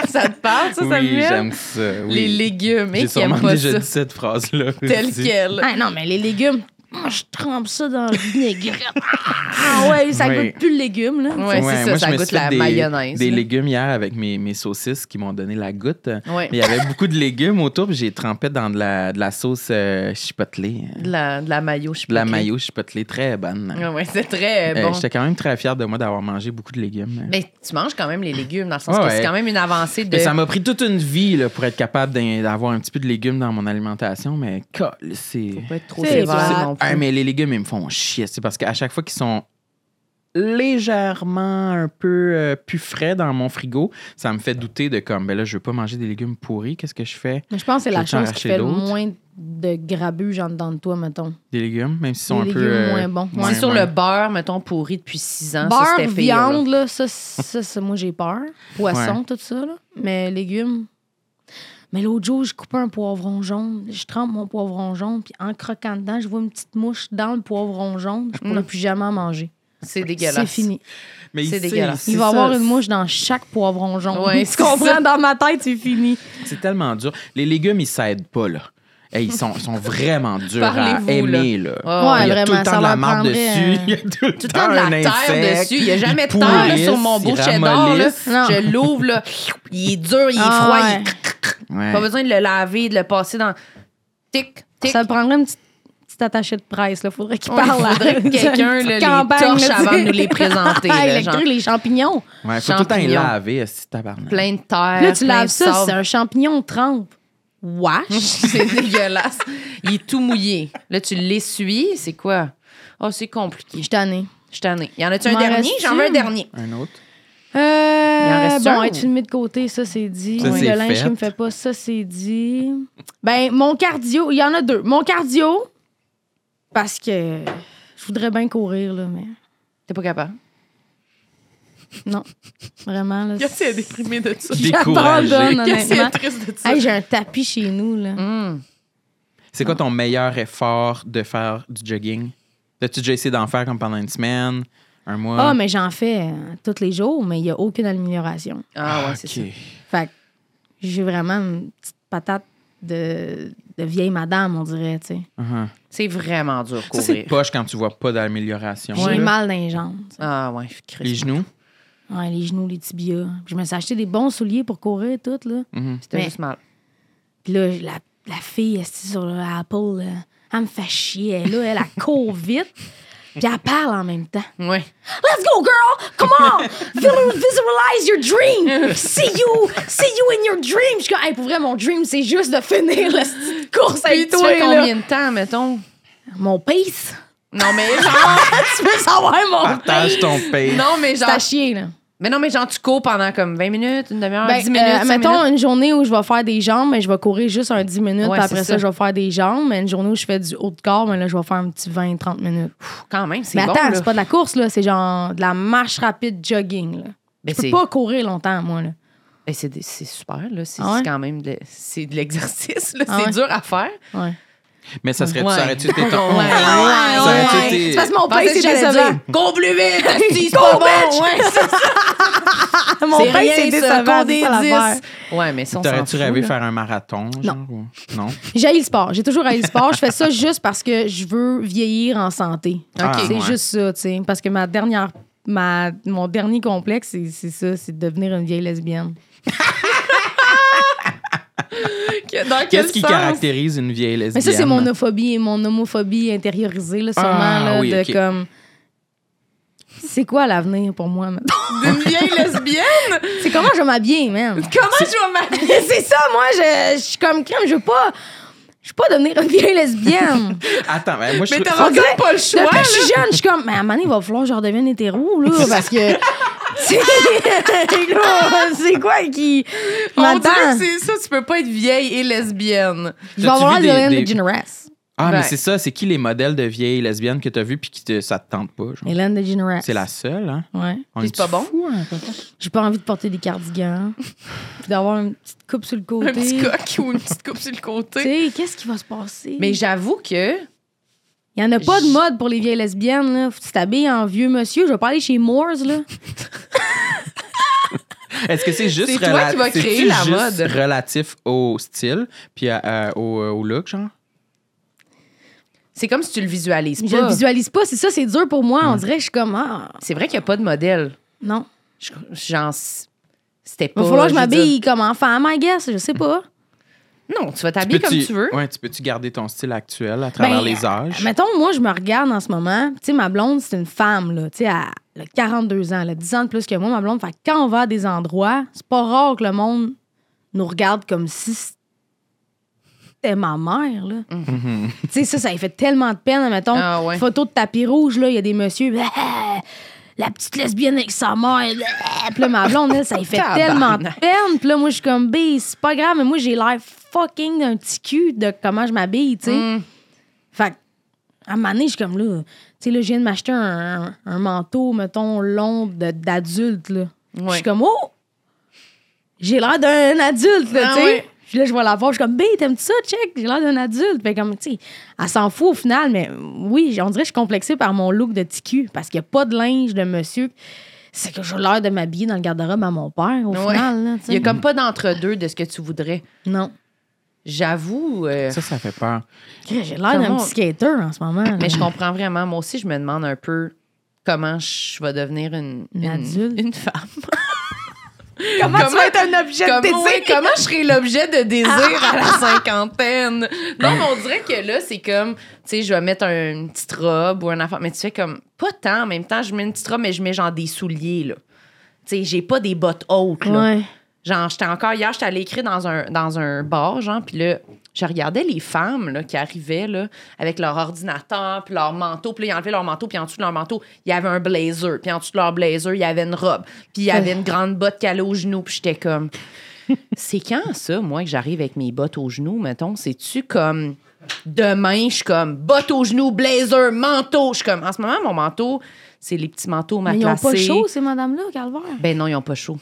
B: ça te parle, ça,
A: oui,
B: Samuel?
A: j'aime ça. Oui.
B: Les légumes, et
A: J'ai
B: qui aiment
A: sûrement
B: pas
A: déjà
B: ça.
A: dit cette phrase-là.
B: Tel
A: aussi.
B: quel.
E: Ah non, mais les légumes, moi, je trempe ça dans le vinaigrette. Ah ouais, ça
A: Oui.
E: goûte plus le légume, là.
B: Ouais,
A: Ouais,
B: c'est ça,
A: moi, je
B: ça
A: me
B: goûte
A: suis fait
B: la
A: des,
B: mayonnaise.
A: Des
B: là.
A: légumes hier avec mes, mes saucisses qui m'ont donné la goutte.
B: Ouais.
A: Mais il y avait beaucoup de légumes autour, puis j'ai trempé dans de la, de la sauce euh, chipotelée. hein.
B: De la, de la mayo, je
A: De la mayo chipotelée, très bonne.
B: Ah Ouais, ouais, c'est très
A: Euh,
B: bon.
A: J'étais quand même très fière de moi d'avoir mangé beaucoup de légumes.
B: Mais tu manges quand même les légumes, dans le sens
A: Ouais,
B: que
A: ouais.
B: c'est quand même une avancée de.
A: Mais ça m'a pris toute une vie là, pour être capable d'in- d'avoir un petit peu de légumes dans mon alimentation, mais colle, c'est.
B: Faut pas être trop
E: C'est
B: sévère
E: plate.
B: non plus.
A: Ah, mais les légumes, ils me font chier. C'est parce qu'à chaque fois qu'ils sont légèrement un peu euh, plus frais dans mon frigo, ça me fait douter de comme, ben là, je veux pas manger des légumes pourris. Qu'est-ce que je fais?
E: Mais je pense que c'est
A: Je
E: la
A: vais t'en
E: chose qui
A: arracher
E: fait le
A: d'autres.
E: moins de grabuge en dedans de toi, mettons.
A: Des légumes, même s'ils sont
E: Des
A: un peu. euh,
E: légumes moins bons.
B: C'est
E: Ouais,
B: sur le beurre, mettons, pourri depuis 6 ans. ça,
E: Beurre,
B: c'était fait, là.
E: viande, là, ça, ça, ça, moi, j'ai peur. Poisson, tout ça, là. Mais légumes... Mais l'autre jour, je coupais un poivron jaune. Je trempe mon poivron jaune, puis en croquant dedans, je vois une petite mouche dans le poivron jaune. Je pourrais plus jamais en manger.
B: Mm. C'est dégueulasse.
E: C'est fini.
A: Mais
B: C'est
A: ici,
B: dégueulasse.
A: c'est
E: Il va y
A: ça,
E: avoir une mouche dans chaque poivron jaune.
B: Ouais,
E: tu
B: c'est
E: comprends?
B: ça.
E: Dans ma tête, c'est fini.
A: C'est tellement dur. Les légumes, ils s'aident pas, là. Hey, ils sont, ils sont vraiment durs à
B: Parlez-vous,
A: aimer, là.
B: Ah,
E: Ouais,
A: il y a tout
E: vraiment,
A: le temps
E: ça
A: de la
E: leur
A: marde dessus,
E: prendrait,
A: il y a tout le
B: Tout le
A: temps
B: temps de la
A: un
B: terre
A: insecte,
B: dessus. Il n'y a jamais de
A: il
B: terre là,
A: pourrisse,
B: sur mon
A: il
B: beau cheddar. Là.
A: ramollisse.
E: Non.
B: Je l'ouvre, là. Il est dur, il est
E: Ah,
B: froid.
E: ouais.
B: il est-
A: Ouais.
B: Pas besoin de le laver, de le passer dans. Tic, tic.
E: Ça prendrait une petite, petite attachée de presse. Il faudrait qu'il
B: Ouais,
E: parle à
B: faudrait que quelqu'un, là, les torche avant de nous les présenter,
E: Ah,
B: là,
E: électrique, les champignons.
A: Ouais, faut tout le temps les
B: champignons.
A: laver, c'est tabarnak.
B: Plein de terre.
E: là, tu
B: plein
E: laves
B: de
E: ça,
B: sable.
E: c'est un champignon de trempe. Wesh!
B: C'est dégueulasse. Il est tout mouillé. Là, tu l'essuies, c'est quoi? Oh, c'est compliqué.
E: Je suis tannée.
B: Je t'en ai. Y en a-tu un
E: M'en
B: dernier?
E: reste-tu?
B: J'en veux un dernier.
A: Un autre.
E: Euh,
B: en reste
E: bon,
B: un,
E: être
B: ou-
E: filmé de côté, ça c'est dit.
A: Ça, c'est
E: le linge
A: fait.
E: qui me fait pas, ça c'est dit. Ben, mon cardio, il y en a deux. Mon cardio, parce que je voudrais bien courir, là, mais
B: T'es pas capable.
E: non. Vraiment, là. c'est-
B: déprimé de ça?
A: Découragé.
E: J'abandonne, honnêtement.
B: triste de Hmm.
E: Hey, j'ai un tapis chez nous, là.
A: C'est quoi ton meilleur effort de faire du jogging? As-tu déjà essayé d'en faire comme pendant une semaine, un mois?
E: Ah, mais j'en fais euh, tous les jours, mais il n'y a aucune amélioration.
B: Ah, ouais, c'est
A: Ok.
E: Fait que j'ai vraiment une petite patate de, de vieille madame, on dirait, tu sais.
A: Uh-huh.
B: ça. C'est vraiment dur
A: Ça, c'est
B: courir.
A: poche quand tu vois pas d'amélioration.
E: J'ai
A: là.
E: mal dans les jambes. tu sais.
B: Ah, ouais,
A: Les genoux?
E: Ouais, les genoux, les tibias. Puis je me suis acheté des bons souliers pour courir, tout, là.
A: Mhm.
B: C'était
E: Mais-
B: juste mal.
E: Puis là, la, la fille, elle sur l'Apple, là, elle me fait chier. Elle, là, elle, elle court vite. Puis elle parle en même temps.
B: Ouais.
E: Let's go, girl! Come on! Vil- Visualize your dream! See you! See you in your dream! Je suis comme, hey, pour vrai, mon dream, c'est juste de finir la petite course
B: Puis
E: avec
B: tu
E: toi,
B: fais
E: là.
B: combien de temps, mettons?
E: Mon pace!
B: Non, mais genre.
E: tu veux savoir mon pace?
A: Partage ton pays.
B: non, mais
E: C'est à
B: genre.
E: chier, là.
B: Mais non, mais genre, tu cours pendant comme 20 minutes, une demi-heure, 10 minutes.
E: euh,
B: cinq
E: mettons
B: minutes.
E: une journée où je vais faire des jambes, mais je vais courir juste un 10 minutes,
B: Ouais,
E: puis après
B: c'est
E: ça.
B: ça.
E: je vais faire des jambes. Mais une journée où je fais du haut de corps, mais là, je vais faire un petit 20-30 minutes.
B: Quand même, c'est
E: Mais
B: bon.
E: attends,
B: là.
E: c'est pas de la course, là. C'est genre de la marche rapide jogging, là.
B: Ben,
E: Je peux
B: c'est-
E: pas courir longtemps, moi, là.
B: ben, c'est des- c'est super, là. C'est
E: Ah ouais?
B: c'est quand même de, c'est de l'exercice, là.
E: Ah
B: c'est
E: ouais?
B: dur à faire.
E: Ouais.
A: Mais ça serait-tu, Oh,
B: Ouais.
A: ça aurait-tu été
B: Ouais,
A: ton...
B: ouais,
A: Ça
B: ouais.
A: aurait-tu été-
E: C'est parce que mon pace,
B: Pensais que
E: c'est
B: j'allais
E: décevant.
B: dire, Cours plus vite, asti, c'est
E: Go,
B: pas
E: bitch!
B: bon. Ouais, c'est
E: Mon
B: c'est
E: pace,
B: rien,
E: c'est
B: ça,
E: décevant.
B: cours des
E: c'est ça l'affaire.
B: 10. Ouais, mais ça, on s'en
A: T'aurais-tu
B: fout,
A: rêvé
B: là.
A: faire un marathon? Genre, ou- Non.
E: J'ai le sport. J'ai toujours haï le sport. Je fais ça juste parce que je veux vieillir en santé.
A: Ah,
E: C'est
A: ouais.
E: juste ça, tu sais. Parce que ma dernière. Ma, mon dernier complexe, c'est c'est ça, c'est de devenir une vieille lesbienne.
B: Que- Dans
A: Qu'est-ce qui
B: sens?
A: caractérise une vieille lesbienne?
E: Mais ça, c'est mon homophobie et mon homophobie intériorisée, là, sûrement,
A: Ah,
E: là,
A: oui,
E: de
A: ok.
E: comme. C'est quoi l'avenir pour moi, maintenant?
B: D'une vieille lesbienne?
E: C'est comment je vais m'habiller, man?
B: Comment je vais m'habiller?
E: c'est ça, moi, je, je suis comme crème, je veux pas. Je suis pas devenir une vieille lesbienne.
A: Attends, ben, moi, je
B: Mais
A: suis...
B: t'auras
E: On dirait-
B: comme pas le choix.
E: Depuis que je suis jeune, je suis comme, mais à un moment donné, il va falloir que je redevienne hétéro, là, Ben, parce que. C'est gros, c'est quoi qui.
B: On dirait
E: M'attend.
B: que c'est ça, tu peux pas être vieille et lesbienne.
E: Je vais avoir
A: T'as-tu vu
E: devenir
A: des-
E: une
A: des-
E: DeGeneres.
A: Ah, mais
B: Ouais.
A: c'est ça, c'est qui les modèles de vieilles lesbiennes que t'as vues puis qui te... ça te tente pas? genre?
E: Hélène DeGeneres.
A: C'est la seule, hein?
E: Ouais.
A: On
B: Ah. Puis
A: est
B: c'est pas bon.
E: J'ai pas envie de porter des cardigans, puis d'avoir une petite coupe sur le côté.
B: Un petit coq ou une petite coupe sur le
E: Tu
B: côté.
E: sais, qu'est-ce qui va se passer?
B: Mais j'avoue que.
E: Il y en a pas de
B: J-
E: mode pour les vieilles lesbiennes. Là. Faut que tu t'habilles en vieux monsieur. Je vais pas aller chez Moores. Là.
A: Est-ce que c'est juste,
B: C'est toi qui vas
A: c'est-tu
B: créer la
A: juste
B: mode.
A: relatif au style puis à- à- au, euh, au look, genre?
B: C'est comme si tu le visualises
E: Je le
B: pas.
E: visualise pas. C'est ça, c'est dur pour moi. On dirait que je suis comme, ah,
B: C'est vrai qu'il n'y a pas de modèle.
E: non.
B: Je- Genre, c'était
E: Il
B: pas.
E: va falloir que je
B: veux
E: m'habille comme enfant, I guess. Je sais pas.
B: dire- Non, tu vas t'habiller comme
A: Peux-tu-
B: tu veux.
A: Ouais, tu peux-tu garder ton style actuel à travers
E: Ben,
A: les âges?
E: Mettons, moi, je me regarde en ce moment. Tu sais, ma blonde, c'est une femme, là. Tu sais, elle elle a 42 ans, elle a 10 ans de plus que moi, ma blonde. Fait que quand on va à des endroits, c'est pas rare que le monde nous regarde comme si c'était ma mère, là.
A: Mhm.
E: Tu sais, ça, ça lui fait tellement de peine. Mettons,
B: Mhm. Ah ouais.
E: photo de tapis rouge, là, il y a des messieurs. Ah, La petite lesbienne avec sa mère. ah. Puis là, ma blonde, elle, ça lui fait tellement de peine. Puis là, moi, je suis comme, B, c'est pas grave, mais moi, j'ai l'air fucking d'un petit cul de comment je m'habille, tu sais. Fait que, à un moment donné, je suis comme là. Tu sais, là, je viens de m'acheter un, un- un manteau, mettons, long de- d'adulte, là. Je suis comme, oh! J'ai l'air d'un adulte, là,
B: Ah
E: tu sais.
B: ouais.
E: Puis là, je vais la voir, je suis comme, bé, t'aimes-tu ça? Check, j'ai l'air d'un adulte. Fait comme, tu sais, elle s'en fout au final, mais oui, on dirait que je suis complexée par mon look de ticu parce qu'il n'y a pas de linge de monsieur. C'est que j'ai l'air de m'habiller dans le garde-robe à mon père, au
B: Ouais.
E: final, là, tu
B: Il n'y
E: sais.
B: a comme pas d'entre-deux de ce que tu voudrais.
E: Non.
B: J'avoue. euh,
A: Ça, ça fait peur.
E: J'ai l'air d'un
B: Comment-
E: petit skater en ce moment. là.
B: Mais je comprends vraiment. Moi aussi, je me demande un peu comment je vais devenir une,
E: Une adulte.
B: une femme.
E: Comment, tu
B: comment-
E: vas être un objet
B: Comme-
E: de désir?
B: ouais, comment je serais l'objet de désir à la cinquantaine? Non, mais on dirait que là, c'est comme, tu sais, je vais mettre un- une petite robe ou un affaire. Mais tu fais comme, pas tant. En même temps, je mets une petite robe, mais je mets genre des souliers, là. Tu sais, j'ai pas des bottes hautes, là.
E: Ouais.
B: Genre, j'étais encore hier, j'étais allée écrire dans un, dans un bar, genre, puis là, je regardais les femmes là, qui arrivaient là, avec leur ordinateur, puis leur manteau, puis là, ils enlevaient leur manteau, puis en dessous de leur manteau, il y avait un blazer, puis en dessous de leur blazer, il y avait une robe, puis il y avait une grande botte qui allait aux genoux, puis j'étais comme. C'est quand ça, moi, que j'arrive avec mes bottes aux genoux, mettons? C'est-tu comme. Demain, je suis comme bottes aux genoux, blazer, manteau. Je suis comme. En ce moment, mon manteau, c'est les petits manteaux
E: Mais ils ont
B: matelassés.
E: pas chaud, ces madames-là, calvaire.
B: Ben non, ils ont pas chaud.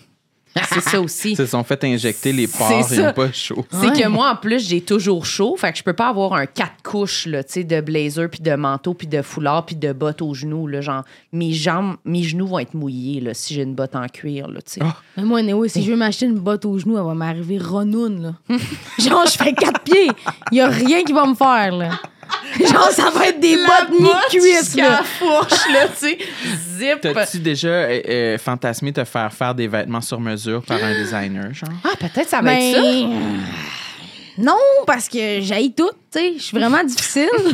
B: C'est ça aussi.
A: Ils se sont fait injecter les pores
B: C'est
A: et
B: ça.
A: ont pas chaud.
B: C'est
E: Ouais.
B: que moi, en plus, j'ai toujours chaud. Fait que je peux pas avoir un quatre couches, là, tu sais, de blazer, puis de manteau, puis de foulard, puis de bottes aux genoux, là. Genre, mes jambes, mes genoux vont être mouillés, là, si j'ai une botte en cuir, là, tu sais.
E: Mais moi, Néo, si je veux m'acheter une botte aux genoux, elle va m'arriver renoune, là. Genre, je fais quatre pieds. Il y a rien qui va me faire, là.
B: Ah,
E: Genre, ça va être des bottes mi-cuisses,
B: jusqu'à
E: là.
B: la fourche, là, tu sais. Zip.
A: T'as-tu déjà euh, euh, fantasmé te faire faire des vêtements sur mesure par un designer, genre?
B: Ah, peut-être ça va
E: Ben,
B: être ça.
E: Non, parce que j'aille tout, tu sais. Je suis vraiment difficile. Puis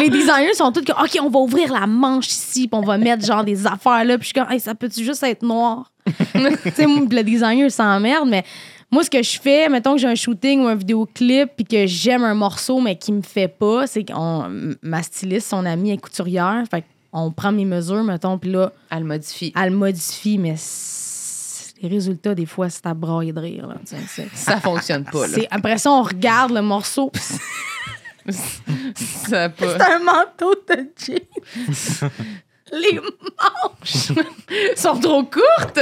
E: les designers sont tous comme, OK, on va ouvrir la manche ici, puis on va mettre genre des affaires là. Puis je suis comme, Hey, ça peut-tu juste être noir? tu sais, moi, le designer s'emmerde, mais moi, ce que je fais, mettons que j'ai un shooting ou un vidéoclip, puis que j'aime un morceau, mais qui me fait pas, c'est que ma styliste, son amie, est couturière. Fait qu'on prend mes mesures, mettons, puis là,
B: Elle modifie.
E: elle modifie, mais c'est- les résultats, des fois, c'est à brailler de rire. Là, tu sais, c'est-
B: Ça fonctionne pas, là.
E: c'est- Après ça, on regarde le morceau. pis C'est
B: Ça pas.
E: un manteau de jeans. Les manches.
B: Elles sont trop courtes.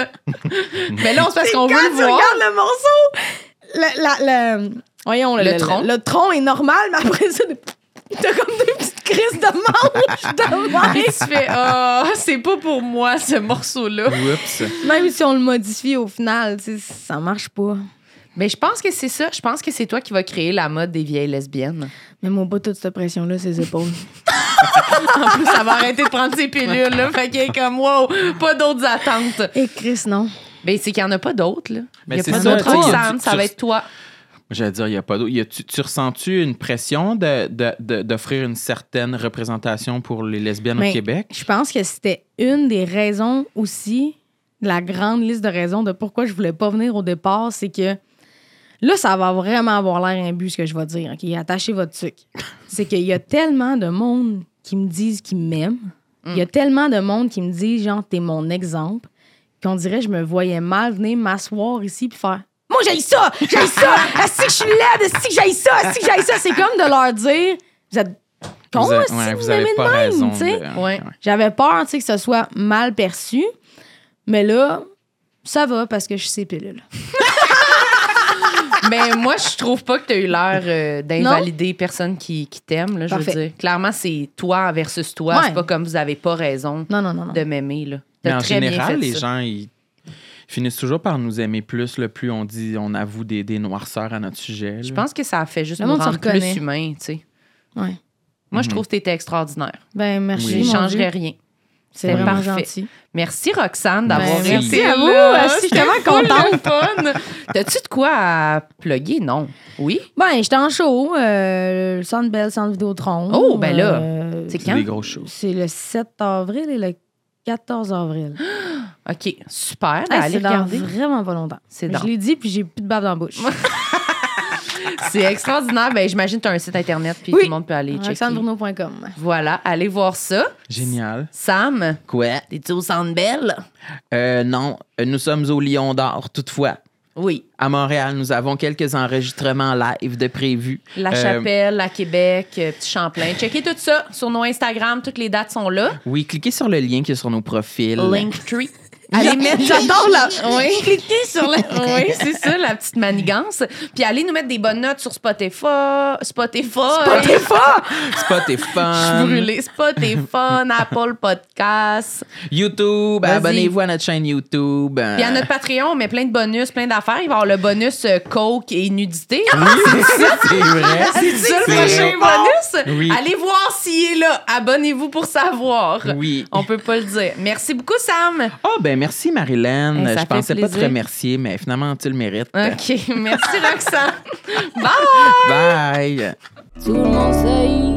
B: Mais là, c'est parce
E: C'est
B: qu'on
E: quand
B: veut le
E: tu
B: voir.
E: regardes le morceau, le, la- le- voyons, le,
B: Le
E: le-
B: tronc.
E: Le, tronc est normal, mais après ça, t'as comme des petites crises de manches de
B: Et
E: même.
B: tu fais, ah, c'est pas pour moi, ce morceau-là.
A: Oups!
E: Même si on le modifie au final, tu sais, ça marche pas.
B: Mais je pense que c'est ça. Je pense que c'est toi qui vas créer la mode des vieilles lesbiennes.
E: Mais moi, pas toute cette pression-là, ses épaules.
B: En plus, ça va arrêter de prendre ses pilules, là. Fait qu'elle est comme, wow, pas d'autres attentes.
E: Et Eh, Chris, non.
B: Mais c'est qu'il n'y en a pas d'autres, là. Il
A: Mais
B: n'y a
A: c'est
B: pas
A: ça,
B: d'autres
A: tu sais, il y a
B: Roxane,
A: du-
B: ça va
A: sur-
B: être toi.
A: J'allais dire, il n'y a pas d'autre. Y a- tu, tu ressens-tu une pression de- de- de- d'offrir une certaine représentation pour les lesbiennes
E: Mais
A: au Québec?
E: Je pense que c'était une des raisons aussi, de la grande liste de raisons de pourquoi je voulais pas venir au départ, c'est que Là, ça va vraiment avoir l'air imbu, ce que je vais dire. OK, attachez votre truc. C'est qu'il y a tellement de monde qui me disent qu'ils m'aiment. Il
A: Mm.
E: y a tellement de monde qui me dit, genre, t'es mon exemple, qu'on dirait que je me voyais mal venir m'asseoir ici puis faire. Moi, j'ai ça! J'ai ça! Est-ce que je suis laide? Est-ce que j'ai ça? Est-ce que j'ai ça? C'est comme de leur dire, vous êtes con,
A: Vous a-
E: est-ce que
A: ouais,
E: vous,
A: vous avez
E: m'aimez de
A: pas
E: même,
A: raison
E: tu sais?
A: de-
B: Ouais.
E: J'avais peur, tu sais, que ce soit mal perçu. Mais là, ça va parce que je suis ses pilules.
B: Mais moi, je trouve pas que tu as eu l'air euh, d'invalider personne qui, qui t'aime. là, Je veux
E: Parfait.
B: dire, clairement, c'est toi versus toi.
E: Ouais.
B: C'est pas comme vous avez pas raison
E: Non, non, non, non.
B: de m'aimer. là.
A: Mais
B: T'as
A: en
B: très bien fait
A: général, les
B: ça.
A: gens, ils finissent toujours par nous aimer plus le plus on dit, on avoue des, des noirceurs à notre sujet. là.
B: Je pense que ça a fait juste
E: Le
B: nous
E: monde se
B: rendre plus
E: reconnaît.
B: humains. tu sais.
E: Ouais.
B: Moi, je
A: Mhm.
B: trouve que tu étais extraordinaire.
E: Ben,
A: Oui.
E: merci.
B: Je
E: mon
B: changerais
E: Dieu.
B: rien.
E: C'est vraiment
B: parfait.
E: gentil.
B: Merci, Roxane, d'avoir
E: Ben,
A: merci
B: été
E: à vous.
B: là.
E: Asti, je suis
B: Ah, C'était full
E: tellement
B: le fun. T'as-tu de quoi à plugger? Non. Oui?
E: Ben, j'étais en show, euh, le Centre Bell, Centre Vidéotron.
B: Oh, ben là,
E: Euh,
B: C'est
A: C'est
B: quand?
A: des grosses choses.
E: c'est le 7 avril et le 14 avril.
B: OK, super. Ben,
E: Hey,
B: allez
E: c'est dans
B: regarder.
E: vraiment pas longtemps.
B: C'est dans-
E: Je l'ai dit, puis j'ai plus de bave dans la bouche.
B: C'est extraordinaire. Ben, J'imagine que tu as un site Internet, puis
E: Oui.
B: tout le monde peut aller checker.
E: RoxaneBruno.com.
B: Voilà, allez voir ça.
A: Génial.
B: Sam,
A: Quoi?
B: t'es-tu au Centre Bell?
A: Euh, non, euh, nous sommes au Lion d'Or, toutefois.
B: Oui.
A: À Montréal, nous avons quelques enregistrements live de prévus.
B: La
A: Euh,
B: Chapelle, à Québec, euh, Petit Champlain. Checkez tout ça sur nos Instagram. Toutes les dates sont là.
A: Oui, cliquez sur le lien qui est sur nos profils.
B: Linktree. Allez mettre, j'adore la. Oui. Cliquez sur le. Oui, c'est ça, la petite manigance. Puis allez nous mettre des bonnes notes sur Spotify. Spotify. Spotify. Je suis
A: Spotify,
B: brûlée. Spotify, Apple Podcast.
A: YouTube,
B: Vas-y.
A: abonnez-vous à notre chaîne YouTube. Euh,
B: Puis à notre Patreon, on met plein de bonus, plein d'affaires. Il va y avoir le bonus euh, coke et nudité.
A: Oui, c'est vrai.
B: C'est ça
A: Ah! C'est Ah!
B: le prochain bonus?
A: Oui.
B: Allez voir s'il est là. Abonnez-vous pour savoir.
A: Oui.
B: On peut pas le dire. Merci beaucoup, Sam.
A: Ah, ben merci, Marilyn.
B: Eh, ça
A: Je
B: fait
A: pensais pas te
B: plaisir.
A: remercier, mais finalement, tu le mérites.
B: OK. Merci, Roxane. Bye.
A: Bye!
C: Tout le monde sait